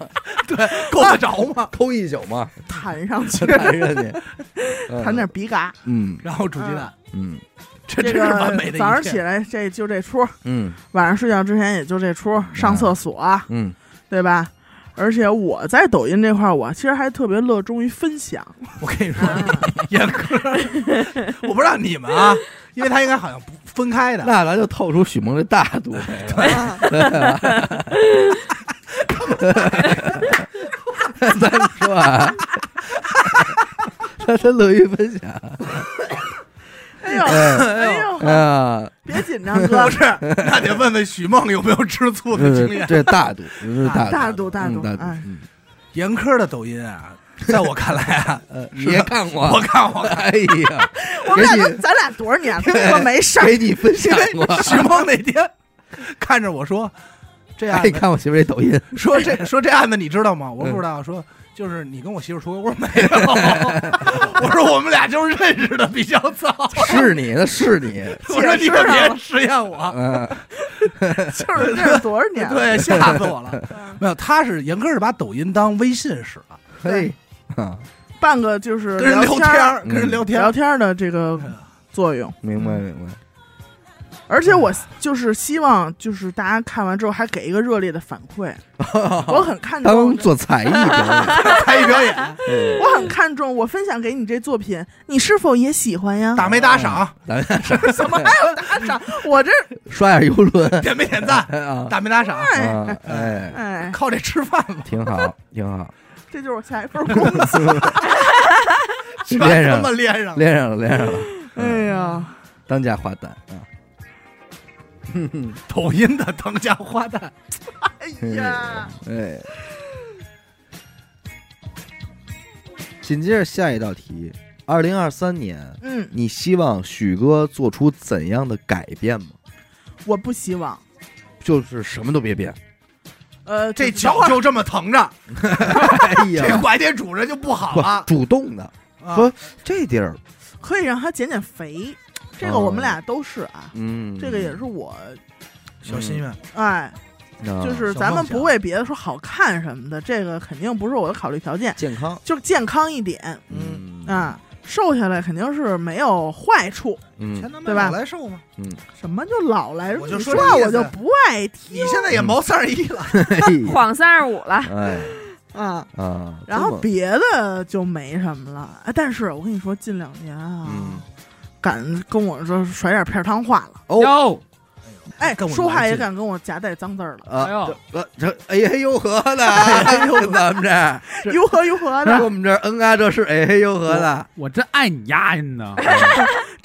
D: 够得着吗？
A: 抠一宿 [laughs] 嘛，
B: 弹上去，
A: 弹上去， [laughs] 嗯
B: 弹点鼻嘎。
A: 嗯
D: 然后煮鸡蛋，
A: 嗯
D: 这真
B: 这
D: 是
B: 个
D: 完美的一
B: 早上
D: 天
B: 起来这就这出，
A: 嗯
B: 晚上睡觉之前也就这出，上厕所、
A: 嗯，
B: 对吧？而且我在抖音这块儿，我其实还特别乐衷于分享。
D: 我跟你说，严哥， [laughs] 我不知道你们啊，因为他应该好像不分开
B: [laughs]
D: 的。
A: 那咱就透出许萌的大度来了， [laughs] 咱说啊， [laughs] 他他乐于分享
B: 哎呦，哎呦，
A: 啊，
B: 别紧张，哥
D: 不，是，那得问问许梦有没有吃醋的经验。
A: 这大 [laughs] 度，这是大
B: 大
A: 度
B: 度大度
A: 嗯大度
B: 哎，
A: 嗯
D: 严科的抖音啊，在我看来
A: [laughs]
D: 啊，
A: 呃，你
D: 是的
A: 也 [laughs] 看过，
D: 我看我看，
A: 哎呀，
B: 我们俩
A: 给
B: 都
A: 你
B: 咱俩多少年了，我没事儿。
A: 给你分享啊
D: 因
A: 过 [laughs]
D: 为，许梦那天看着我说，这
A: 哎，
D: 案子
A: 看嗯我媳妇儿这抖音，
D: 说这说这案子你知道吗？我说不知道，说就是你跟我媳妇出轨，我说没
A: [laughs]
D: 有，我说我们俩就是认识的比较早，
A: 是你，那是 [laughs] 你，
D: 我说你可
B: 啊
D: 别实验我，
A: 嗯，
B: 就是这是多少年
A: [laughs]
B: 了？
D: 对，吓死我了。没有，他是严哥是把抖音当微信使了，
A: 嘿，啊，
B: 半个就是
D: 跟人聊
B: 天
D: 天
B: 儿、
D: 儿，
A: 嗯
D: 跟人聊天
B: 聊
D: 儿。
B: 天儿的这个作用。
A: 明白明白，
B: 而且我就是希望，就是大家看完之后还给一个热烈的反馈。我很看重
A: 当，做才艺表
D: 才艺
A: [laughs]
D: 表演，
A: 演，
B: 我很看重，我分享给你这作品，你是否也喜欢 [laughs] 呀？
D: 打没打赏，
A: 咱
B: 怎么还有打赏？我这
A: 刷下游轮
D: 点没点赞，
A: 啊，
D: 打没打赏，
A: 啊，哎，
B: 哎，
D: 靠这吃饭
A: [laughs]
D: 了。
A: 挺好，挺 [laughs] 好，
B: 这就是我下一份工作。
A: [laughs]
D: 全
A: 练
D: 他
A: 上
D: 妈
A: 了，
D: 连上了，
A: 连上了，连上了，
B: 哎呀，
A: 当家花旦啊，
D: 抖音的当家花
A: [laughs]
D: 旦。
B: 哎呀
A: 哎，，哎。紧接着下一道题，二零二三年，
B: 嗯，
A: 你希望许哥做出怎样的改变吗？
B: 我不希望。
A: 就是什么都别变。
B: 呃，
D: 这
B: 就是等
D: 脚
B: 会儿
D: 就这么疼着，
A: 哎 [laughs]
D: 这
A: 呀，
D: 怀里拄着就不好
A: 不
D: 了。
A: 主动的
D: 啊
A: 说这地儿，
B: 可以让他减减肥，这个
A: 哦
B: 我们俩都是啊，
A: 嗯，
B: 这个也是我，
D: 小心愿，
B: 哎，
A: 啊
B: 就是
D: 小
B: 咱们
D: 梦想
B: 不为别的说好看什么的，这个肯定不是我的考虑条件，
A: 健康，
B: 就健康一点
A: 嗯
B: 啊，瘦下来肯定是没有坏处。
A: [laughs] 嗯
D: 他
B: 对吧
D: 来瘦嘛，
A: 嗯，
B: 什么就老来
D: 我就
B: 你
D: 说
B: 说
D: 这
B: 话
D: 意思
B: 我就不爱
D: 你
B: 听
D: 现在也毛三十一了，
A: 哎
C: 晃三十五了，
A: 哎
B: 啊。
A: 啊，
B: 然后别的就没什么了，哎，但是我跟你说，近两年啊，
A: 嗯
B: 敢跟我说甩点片儿汤话了，
E: 嗯哟，
B: 哎，
D: 跟我
B: 说话
D: 来
B: 也
D: 劲
B: 敢跟我夹带脏字儿了，
A: 啊
E: 哎呦，
A: 这呃这哎嘿呦呵
D: [laughs]
A: 的，哎呦咱们这，这
B: 呦呵呦呵
A: 这
B: 的，
A: 我们这嗯啊这是哎嘿呦呵的，
E: 我真爱你呀，
A: [laughs]
E: 真的。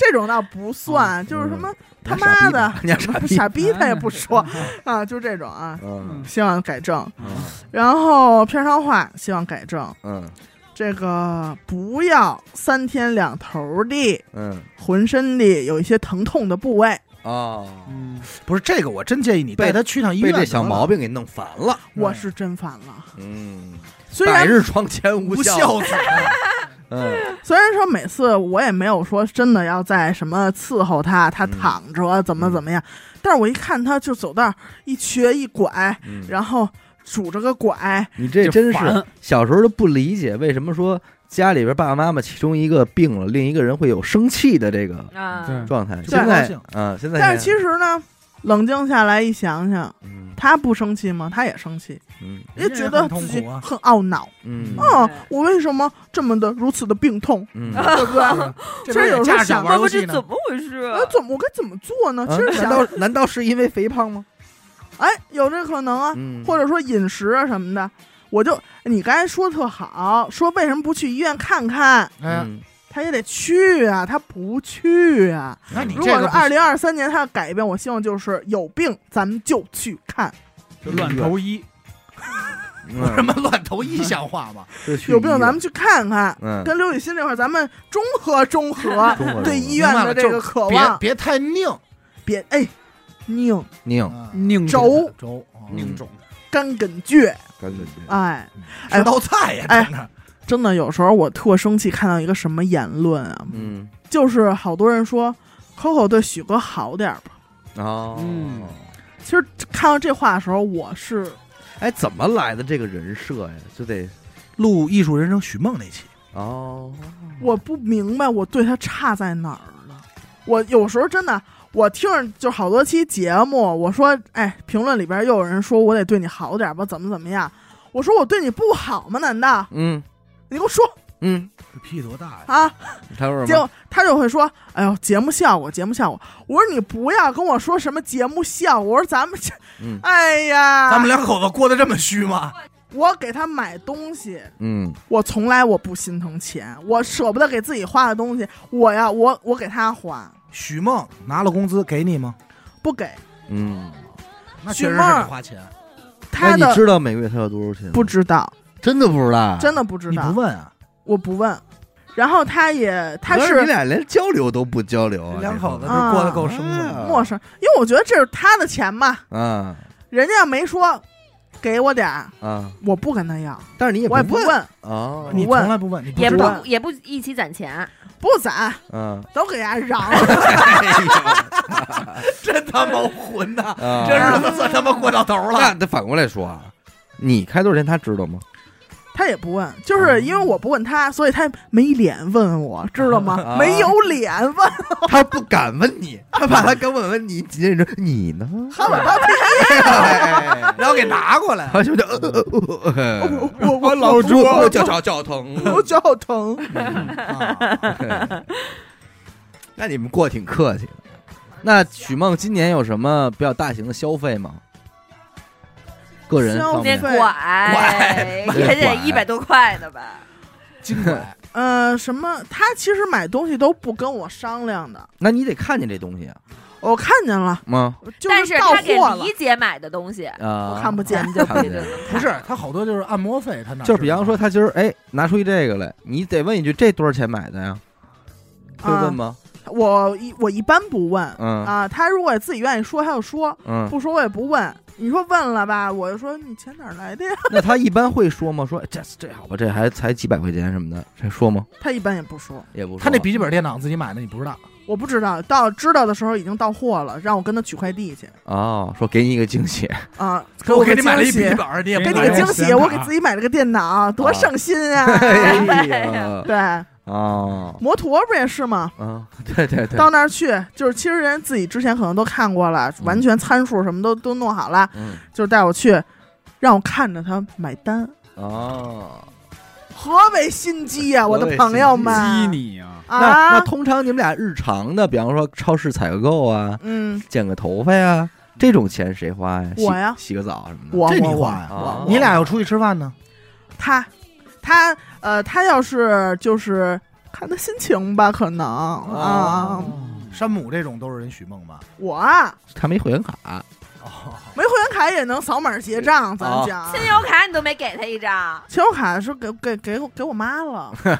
B: 这种倒不算，就是什么他妈的
A: 嗯你还傻逼
B: 傻逼他也
A: [laughs]
B: 不说啊，就这种啊，
A: 嗯
B: 希望改正。
A: 嗯
B: 然后片儿汤话希望改正，
A: 嗯
B: 这个不要三天两头的
A: 嗯
B: 浑身的有一些疼痛的部位。
A: 哦，
E: 嗯，
D: 不是这个，我真建议你带他去趟医
A: 被
D: 院。
A: 这小毛，病给弄烦了，
B: 我是真烦了，
A: 嗯，
B: 虽
A: 百
B: 然
A: 日床前无
D: 无
A: 孝
D: 孝
A: 子，
D: 子，
A: 嗯
B: 虽然说每次我也没有说真的要在什么伺候他，他
A: 嗯
B: 躺着怎么怎么样，但是我一看他就走道儿一瘸一拐，
A: 嗯，
B: 然后拄着个拐，
A: 你这
E: 就
A: 真是
E: 烦
A: 小时候都不理解，为什么说家里边爸爸妈妈其中一个病了，另一个人会有生气的这个
C: 啊，
E: 对
A: 状态？
D: 就
A: 现
D: 不高
A: 在
D: 兴
A: 啊，现在
B: 但是其实呢，冷静下来一想想，
A: 嗯
B: 他不生气吗？他也生气，
A: 嗯
B: 也觉得
D: 人家很
B: 自己
D: 痛苦啊
B: 很懊恼。
A: 嗯
B: 哦
C: 对，
B: 我为什么这么的如此的病痛？
A: 嗯，
B: 对不对？
D: 这边
B: 这有
D: 也
B: 时候
D: 架着
B: 想
D: 玩游
C: 不
D: 戏
C: 知
D: 呢
C: 怎，么回事啊
B: 我呃怎么我该怎么做
D: 呃
B: 呢？其实
A: 嗯难
B: 想，
A: 道难道是因为肥胖吗？
B: 哎，有这可能啊，
A: 嗯，
B: 或者说饮食啊什么的，我就你刚才说特好，说为什么不去医院看看？
D: 嗯，
B: 他也得去啊，他不去啊。
A: 嗯
D: 那你
B: 如
D: 这
B: 果
D: 个
B: 是
D: 不
B: 二零二三年他要改变，我希望就是有病咱们就去看，
E: 就乱投医，
A: 嗯
D: [laughs] 什么乱投医像话 [laughs] 吗？
A: 就去
B: 有病
A: 医院
B: 咱们去看看。
A: 嗯
B: 跟刘雨欣这块儿，咱们中和中和
A: 中国
B: 对
A: 人
B: 医院
D: 明白了
B: 的这
D: 就
B: 个渴
D: 别
B: 望，
D: 别太拧，
B: 别哎，拧
A: 拧
D: 啊
E: 拧
B: 轴
D: 轴啊
A: 嗯
E: 拧肿，
B: 干梗倔，
A: 干脆
B: 哎，哎
D: 吃道菜呀，
B: 哎
D: 真的
B: 真的有时候我特生气，看到一个什么言论啊，
A: 嗯
B: 就是好多人说 Coco 对许哥好点儿吧。
A: 哦
E: 嗯
B: 其实看到这话的时候，我是
A: 哎，怎么来的这个人设呀？就得
D: 录艺术人生许梦那期，
A: 哦，
B: 我不明白我对他差在哪儿了。我有时候真的，我听着就好多期节目，我说，哎，评论里边又有人说我得对你好点儿吧，怎么怎么样？我说我对你不好吗？难道
A: 嗯
B: 你给我说
A: 嗯，
D: 这脾气多大呀？
B: 啊？
A: 他说
B: 结
A: 什么？
B: 果他就会说：“哎呦，节目效果，节目效果。”我说：“你不要跟我说什么节目效果，我说咱们这，
A: 嗯
B: 哎呀，
D: 咱们两口子过得这么虚吗？
B: 我给他买东西，
A: 嗯
B: 我从来我不心疼钱，我舍不得给自己花的东西，我呀，我我给他花，
D: [laughs] 许梦拿了工资给你吗？
B: 不给
A: 嗯，
D: 那
B: 许
D: 确实是
B: 梦
D: 得花钱，
B: 他
A: 哎你
B: 的。
A: 知道每个月他有多少钱吗？
B: 不知道，
A: 真的不知道，
B: 真的不知
D: 啊你
B: 道，
D: 不问啊？
B: 我不问。然后他也他
A: 合着
B: 是
A: 你俩连交流都不交流啊？
D: 两口子
A: 这
D: 是
A: 种
B: 啊
D: 过得够生活的
A: 啊
D: 吗，
B: 陌生，因为我觉得这是他的钱嘛，
A: 啊
B: 人家要没说给我点儿，
A: 啊！
B: 我不跟他要，
A: 但是你也
B: 我也不问，
A: 啊，
D: 你从来不问，你不
C: 也
D: 知
C: 不
D: 道。
C: 也不一起攒钱，
B: 不攒
A: 嗯，
B: 都给人家嚷。
D: 真他妈混呐！
A: 啊
D: 这日子算他妈过到头
A: 那
D: 了。
A: 得反过来说啊，你开多少钱他知道吗？
B: [laughs] 他也不问，就是因为我不问他，所以他没脸问我，知道
A: 啊
B: 吗？没有脸问，
A: 他不敢问你，他怕他敢问问你，紧接着说你呢？
B: 他问到
A: [laughs]
B: 底
A: 哎
D: [laughs] 然后给拿过来，
A: 他就叫呃呃呃呃
B: 我我我
A: 老朱
B: 我
A: 脚脚脚疼。
B: 我脚疼。
D: 啊
A: [laughs] 那你们过得挺客气的。那许梦今年有什么比较大型的消费吗？个人方
C: 那
A: 面
B: 消费
C: 拐
A: 拐
C: 哎也得
A: 拐
C: 一百多块呢吧？
D: 金管
B: 呃，什么？他其实买东西都不跟我商量的，
A: [laughs] 那你得看见这东西啊，
B: 我看见了，
A: 吗？
B: 就
C: 但
B: 是
C: 是
B: 到
C: 他给
B: 货了
C: 李。姐买的东西，
A: 啊，
B: 我看不见
A: 咱们就看不
C: 对 [laughs] 对
A: 见。
C: 对
D: 不是他好多就是按摩费，他哪
A: 就是比方说，
D: 知啊
A: 他今儿哎拿出一这个来，你得问一句这多少钱买的呀？会问吗？
B: 嗯我一我一般不问
A: 嗯
B: 啊，他如果自己愿意说他就说，
A: 嗯，
B: 不说我也不问。你说问了吧，我就说你钱哪儿来的呀？ [laughs]
A: 那他一般会说吗？说这这好吧，这还才几百块钱什么的，这说吗？
B: 他一般也不说，
A: 也不说。
D: 道？他那笔记本电脑自己买的，你不知道？
B: 我不知道，到知道的时候已经到货了，让我跟他取快递去。
A: 哦，说给你一个惊喜，
B: 啊，
D: 哥，我
B: 我
D: 给
B: 个
D: 你买了一
B: 惊
D: 笔
B: 喜
D: 记本，你也不
B: 给你
D: 拿
B: 个惊
D: 实验
B: 喜，
D: 卡
B: 我给自己买了个电脑，多省心
D: [laughs]
A: [laughs]
B: 啊！
A: 哎
B: [laughs]
A: 呀，
B: 对，
A: 哦，
B: 摩托不也是吗？
A: 啊，对对对，
B: 到那儿去，就是其实人自己之前可能都看过了，
A: 嗯
B: 完全参数什么都都弄好了，
A: 嗯，
B: 就是带我去，让我看着他买单。
A: 哦，
B: 何为心机呀、
A: 何
B: 我
A: 为
B: 的朋友们
E: 激你啊！
A: 那那
B: 啊！
A: 通常你们俩日常的，比方说超市采个购啊，
B: 嗯，
A: 剪个头发呀，这种钱谁花呀？洗
B: 我呀
A: 洗个澡什么的。
B: 我
D: 嗯这你
B: 我
D: 花
B: 我
D: 呀？
A: 啊
B: 我
D: 你俩要出去吃饭呢？
B: 他他呃他要是就是看他心情吧，可能
D: 哦
A: 哦
B: 啊，
D: 山姆这种都是人许梦吧？
B: 我啊
A: 他没会员卡，
D: 哦，
B: 没会员卡也能扫码结账，咱
A: 哦
B: 讲。
C: 信用卡你都没给他一张，
B: 信用卡是给给给我给我妈了，
A: 啊，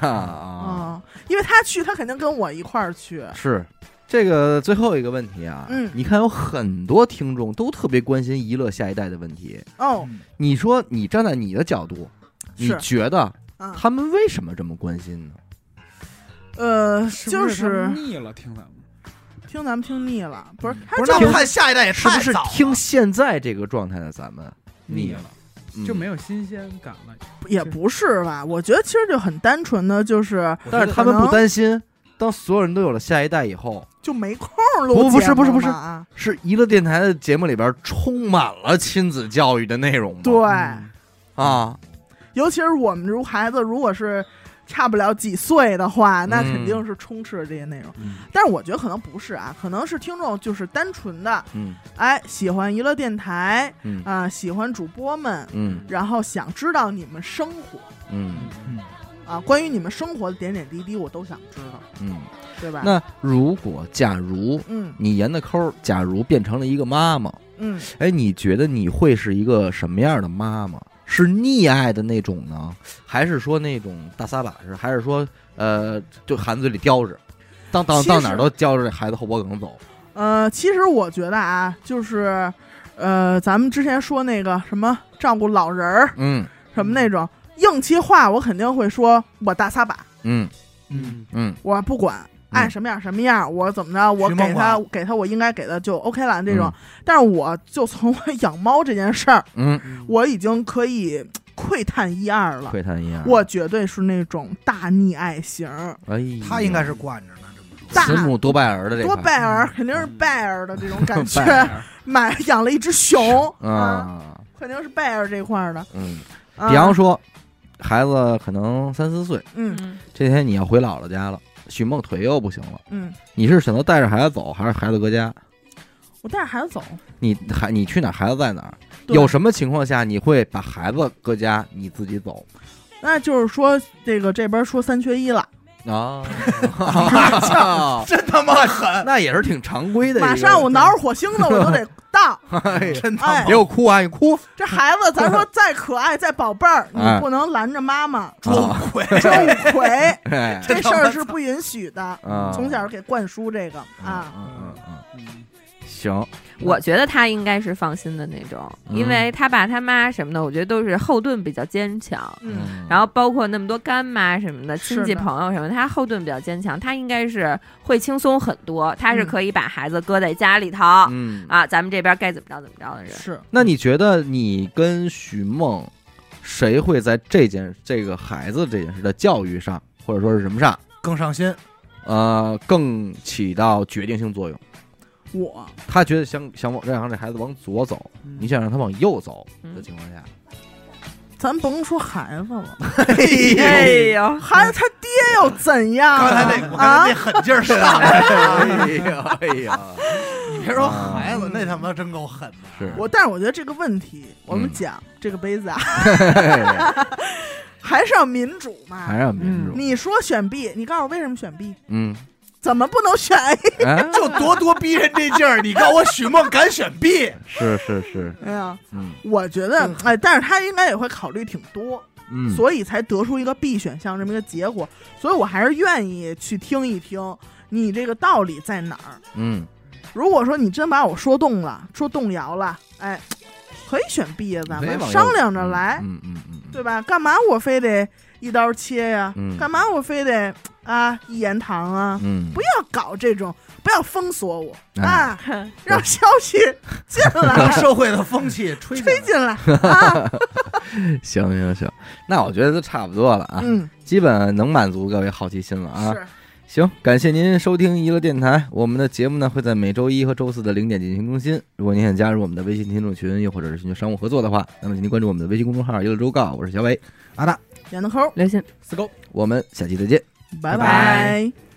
B: 嗯，因为她去，她肯定跟我一块儿去。
A: 是这个最后一个问题啊。
B: 嗯
A: 你看有很多听众都特别关心娱乐下一代的问题。
B: 哦，
D: 嗯
A: 你说你站在你的角度，你
B: 是
A: 觉得
E: 嗯
B: 啊，
A: 他们为什么这么关心呢？
B: 呃，就是
E: 不
B: 是
E: 他腻了，听咱们
B: 听咱们听腻了，不是？她
D: 不是，
B: 就
D: 那
A: 听
D: 我看下一代也
A: 是
D: 太
A: 不是
D: 早了
A: 听现在这个状态的咱们
E: 腻了，
A: 嗯
E: 就没有新鲜感了。
B: 也不是吧？我觉得其实就很单纯的，就是
A: 但是他们不担心，当所有人都有了下一代以后，
B: 就没空儿录
A: 不不是
B: 节
A: 不是
B: 目
A: 不是
B: 嘛啊
A: 是娱乐电台的节目里边充满了亲子教育的内容吗？
B: 对，
A: 啊，
B: 嗯尤其是我们如孩子如果是差不了几岁的话，那
A: 嗯
B: 肯定是充斥着这些内容。
D: 嗯
B: 但是我觉得可能不是啊，可能是听众就是单纯的
A: 嗯
B: 哎喜欢娱乐电台
A: 嗯
B: 啊、喜欢主播们，
A: 嗯
B: 然后想知道你们生活
A: 嗯
D: 嗯
B: 啊，关于你们生活的点点滴滴，我都想知道，
A: 嗯。
B: 对吧？
A: 那如果假如
B: 嗯
A: 你沿的抠儿，假如变成了一个妈妈，
B: 嗯，
A: 哎，你觉得你会是一个什么样的妈妈？是溺爱的那种呢，还是说那种大撒把式，还是说呃，就含嘴里叼着，当当
B: 其实
A: 到哪儿都叼着这孩子后脖梗走？
B: 呃，其实我觉得啊，就是呃，咱们之前说那个什么照顾老人儿
A: 嗯
B: 什么那种硬气话，我肯定会说，我大撒把，
A: 嗯
D: 嗯，
A: 嗯
B: 我不管。爱什么样什么样，我怎么着，我
D: 徐梦
B: 给他
D: 华
B: 给他我应该给的就 OK 了这种。但是我就从 [laughs] 我养猫这件事儿，
A: 嗯，
B: 我已经可以窥探一二了。
A: 窥探一样。
B: 我绝对是那种大溺爱型儿，
A: 哎呀，
D: 他应该是惯着呢，这么说
B: 大
A: 慈母多败儿的这
B: 多
A: 款
B: 拜尔，肯定是拜尔的这种感
A: 嗯 [laughs]
B: 觉。
A: 拜耳
B: 买养了一只熊啊，
A: 啊，
B: 肯定是拜尔这块儿的。
A: 嗯，
B: 啊
A: 比方说，孩子可能三四岁，
B: 嗯
C: 嗯
A: 这天你要回姥姥家了，许梦腿又不行了，
B: 嗯，
A: 你是选择带着孩子走，还是孩子搁家？
B: 我带着孩子走，
A: 你孩你去哪儿，孩子在哪儿？
B: 对
A: 有什么情况下你会把孩子搁家，你自己
B: [laughs]
A: 走
B: 那就是说这个这边说三缺一了，
A: 啊？
D: [laughs] 真他妈 [laughs] 狠，
A: 那也是挺常规的一个。
B: 马上我挠着火星子我都得到。
A: 哎呀
D: 真他妈
B: 哎
A: 别我哭啊！你哭，
B: 这孩
A: [laughs]
B: 子，咱说再可爱再宝贝儿，你
A: 哎
B: 不能拦着妈
A: [laughs]
B: 妈
D: 捉鬼，
B: 周五魁，
A: 哎，
B: 这事儿是不允许的。
A: 啊
B: 从小给灌输这个啊，
A: 嗯嗯嗯嗯，行，
C: 我觉得他应该是放心的那种，
A: 嗯
C: 因为他爸他妈什么的，我觉得都是后盾比较坚强。
B: 嗯，
C: 然后包括那么多干妈什么的，
B: 是
C: 亲戚
B: 的
C: 朋友什么的，他后盾比较坚强，他应该是会轻松很多，他是
B: 嗯
C: 可以把孩子搁在家里头、
A: 嗯
C: 啊，咱们这边该怎么着怎么着的人。
B: 是
A: 那你觉得你跟许梦，谁会在这件这个孩子这件事的教育上，或者说是什么上，
D: 更上心。
A: 呃，更起到决定性作用？
B: 我
A: 他觉得想想往让这孩子往左走，你想让他往右走的情况下，
B: 咱甭说孩子了，
C: 哎
A: [laughs]
C: 呦，
B: 孩子他爹又怎样啊？
D: 刚才那我刚才那狠劲儿上来 [laughs] 了，
A: 哎呀 [laughs] 哎呀，
D: 啊你别说孩子，那他妈真够狠的。
A: 是
B: 我，但是我觉得这个问题，我们
A: 嗯
B: 讲这个杯子啊，
A: 哎
B: [laughs] 还是要民主嘛
A: 还。让民主，
B: 你说选 B，你告诉我为什么选 B？
A: 嗯，
B: 怎么不能选 A？
A: 哎，
D: 就咄咄逼人这劲儿，你告诉我许梦敢选 [laughs] B？
A: 是是是，
B: 哎呀，
A: 嗯
B: 我觉得
D: 嗯，
B: 哎，但是他应该也会考虑挺多，
A: 嗯，
B: 所以才得出一个 B 选项这么一个结果。所以我还是愿意去听一听你这个道理在哪儿。
A: 嗯
B: 如果说你真把我说动了，说动摇了，哎，可以选 B 呀，咱
A: 没
B: 们
A: 往右
B: 商量着来。
A: 嗯嗯嗯，嗯
B: 对吧？干嘛我非得一刀切呀、
A: 嗯
B: 干嘛我非得啊一言堂啊？
A: 嗯，
B: 不要搞这种，不要封锁我
A: 哎
B: 啊！让消息进
A: [laughs]
D: 让
B: 来，
D: 社会的风气吹进来
B: 推进来啊！
A: 行行行，那我觉得都差不多了啊，
B: 嗯，
A: 基本能满足各位好奇心了 [laughs] 啊。
B: 是，
A: 行，感谢您收听娱乐电台。我们的节目呢会在每周一和周四的零点进行更新。如果您想加入我们的微信听众群，又或者是寻求商务合作的话，那么请您关注我们的微信公众号“娱乐周告”。我是小伟，
D: 阿达，
B: 点个扣，
C: 刘鑫。
D: 四狗。
A: 我们下期再见。
B: 拜
D: 拜
B: 拜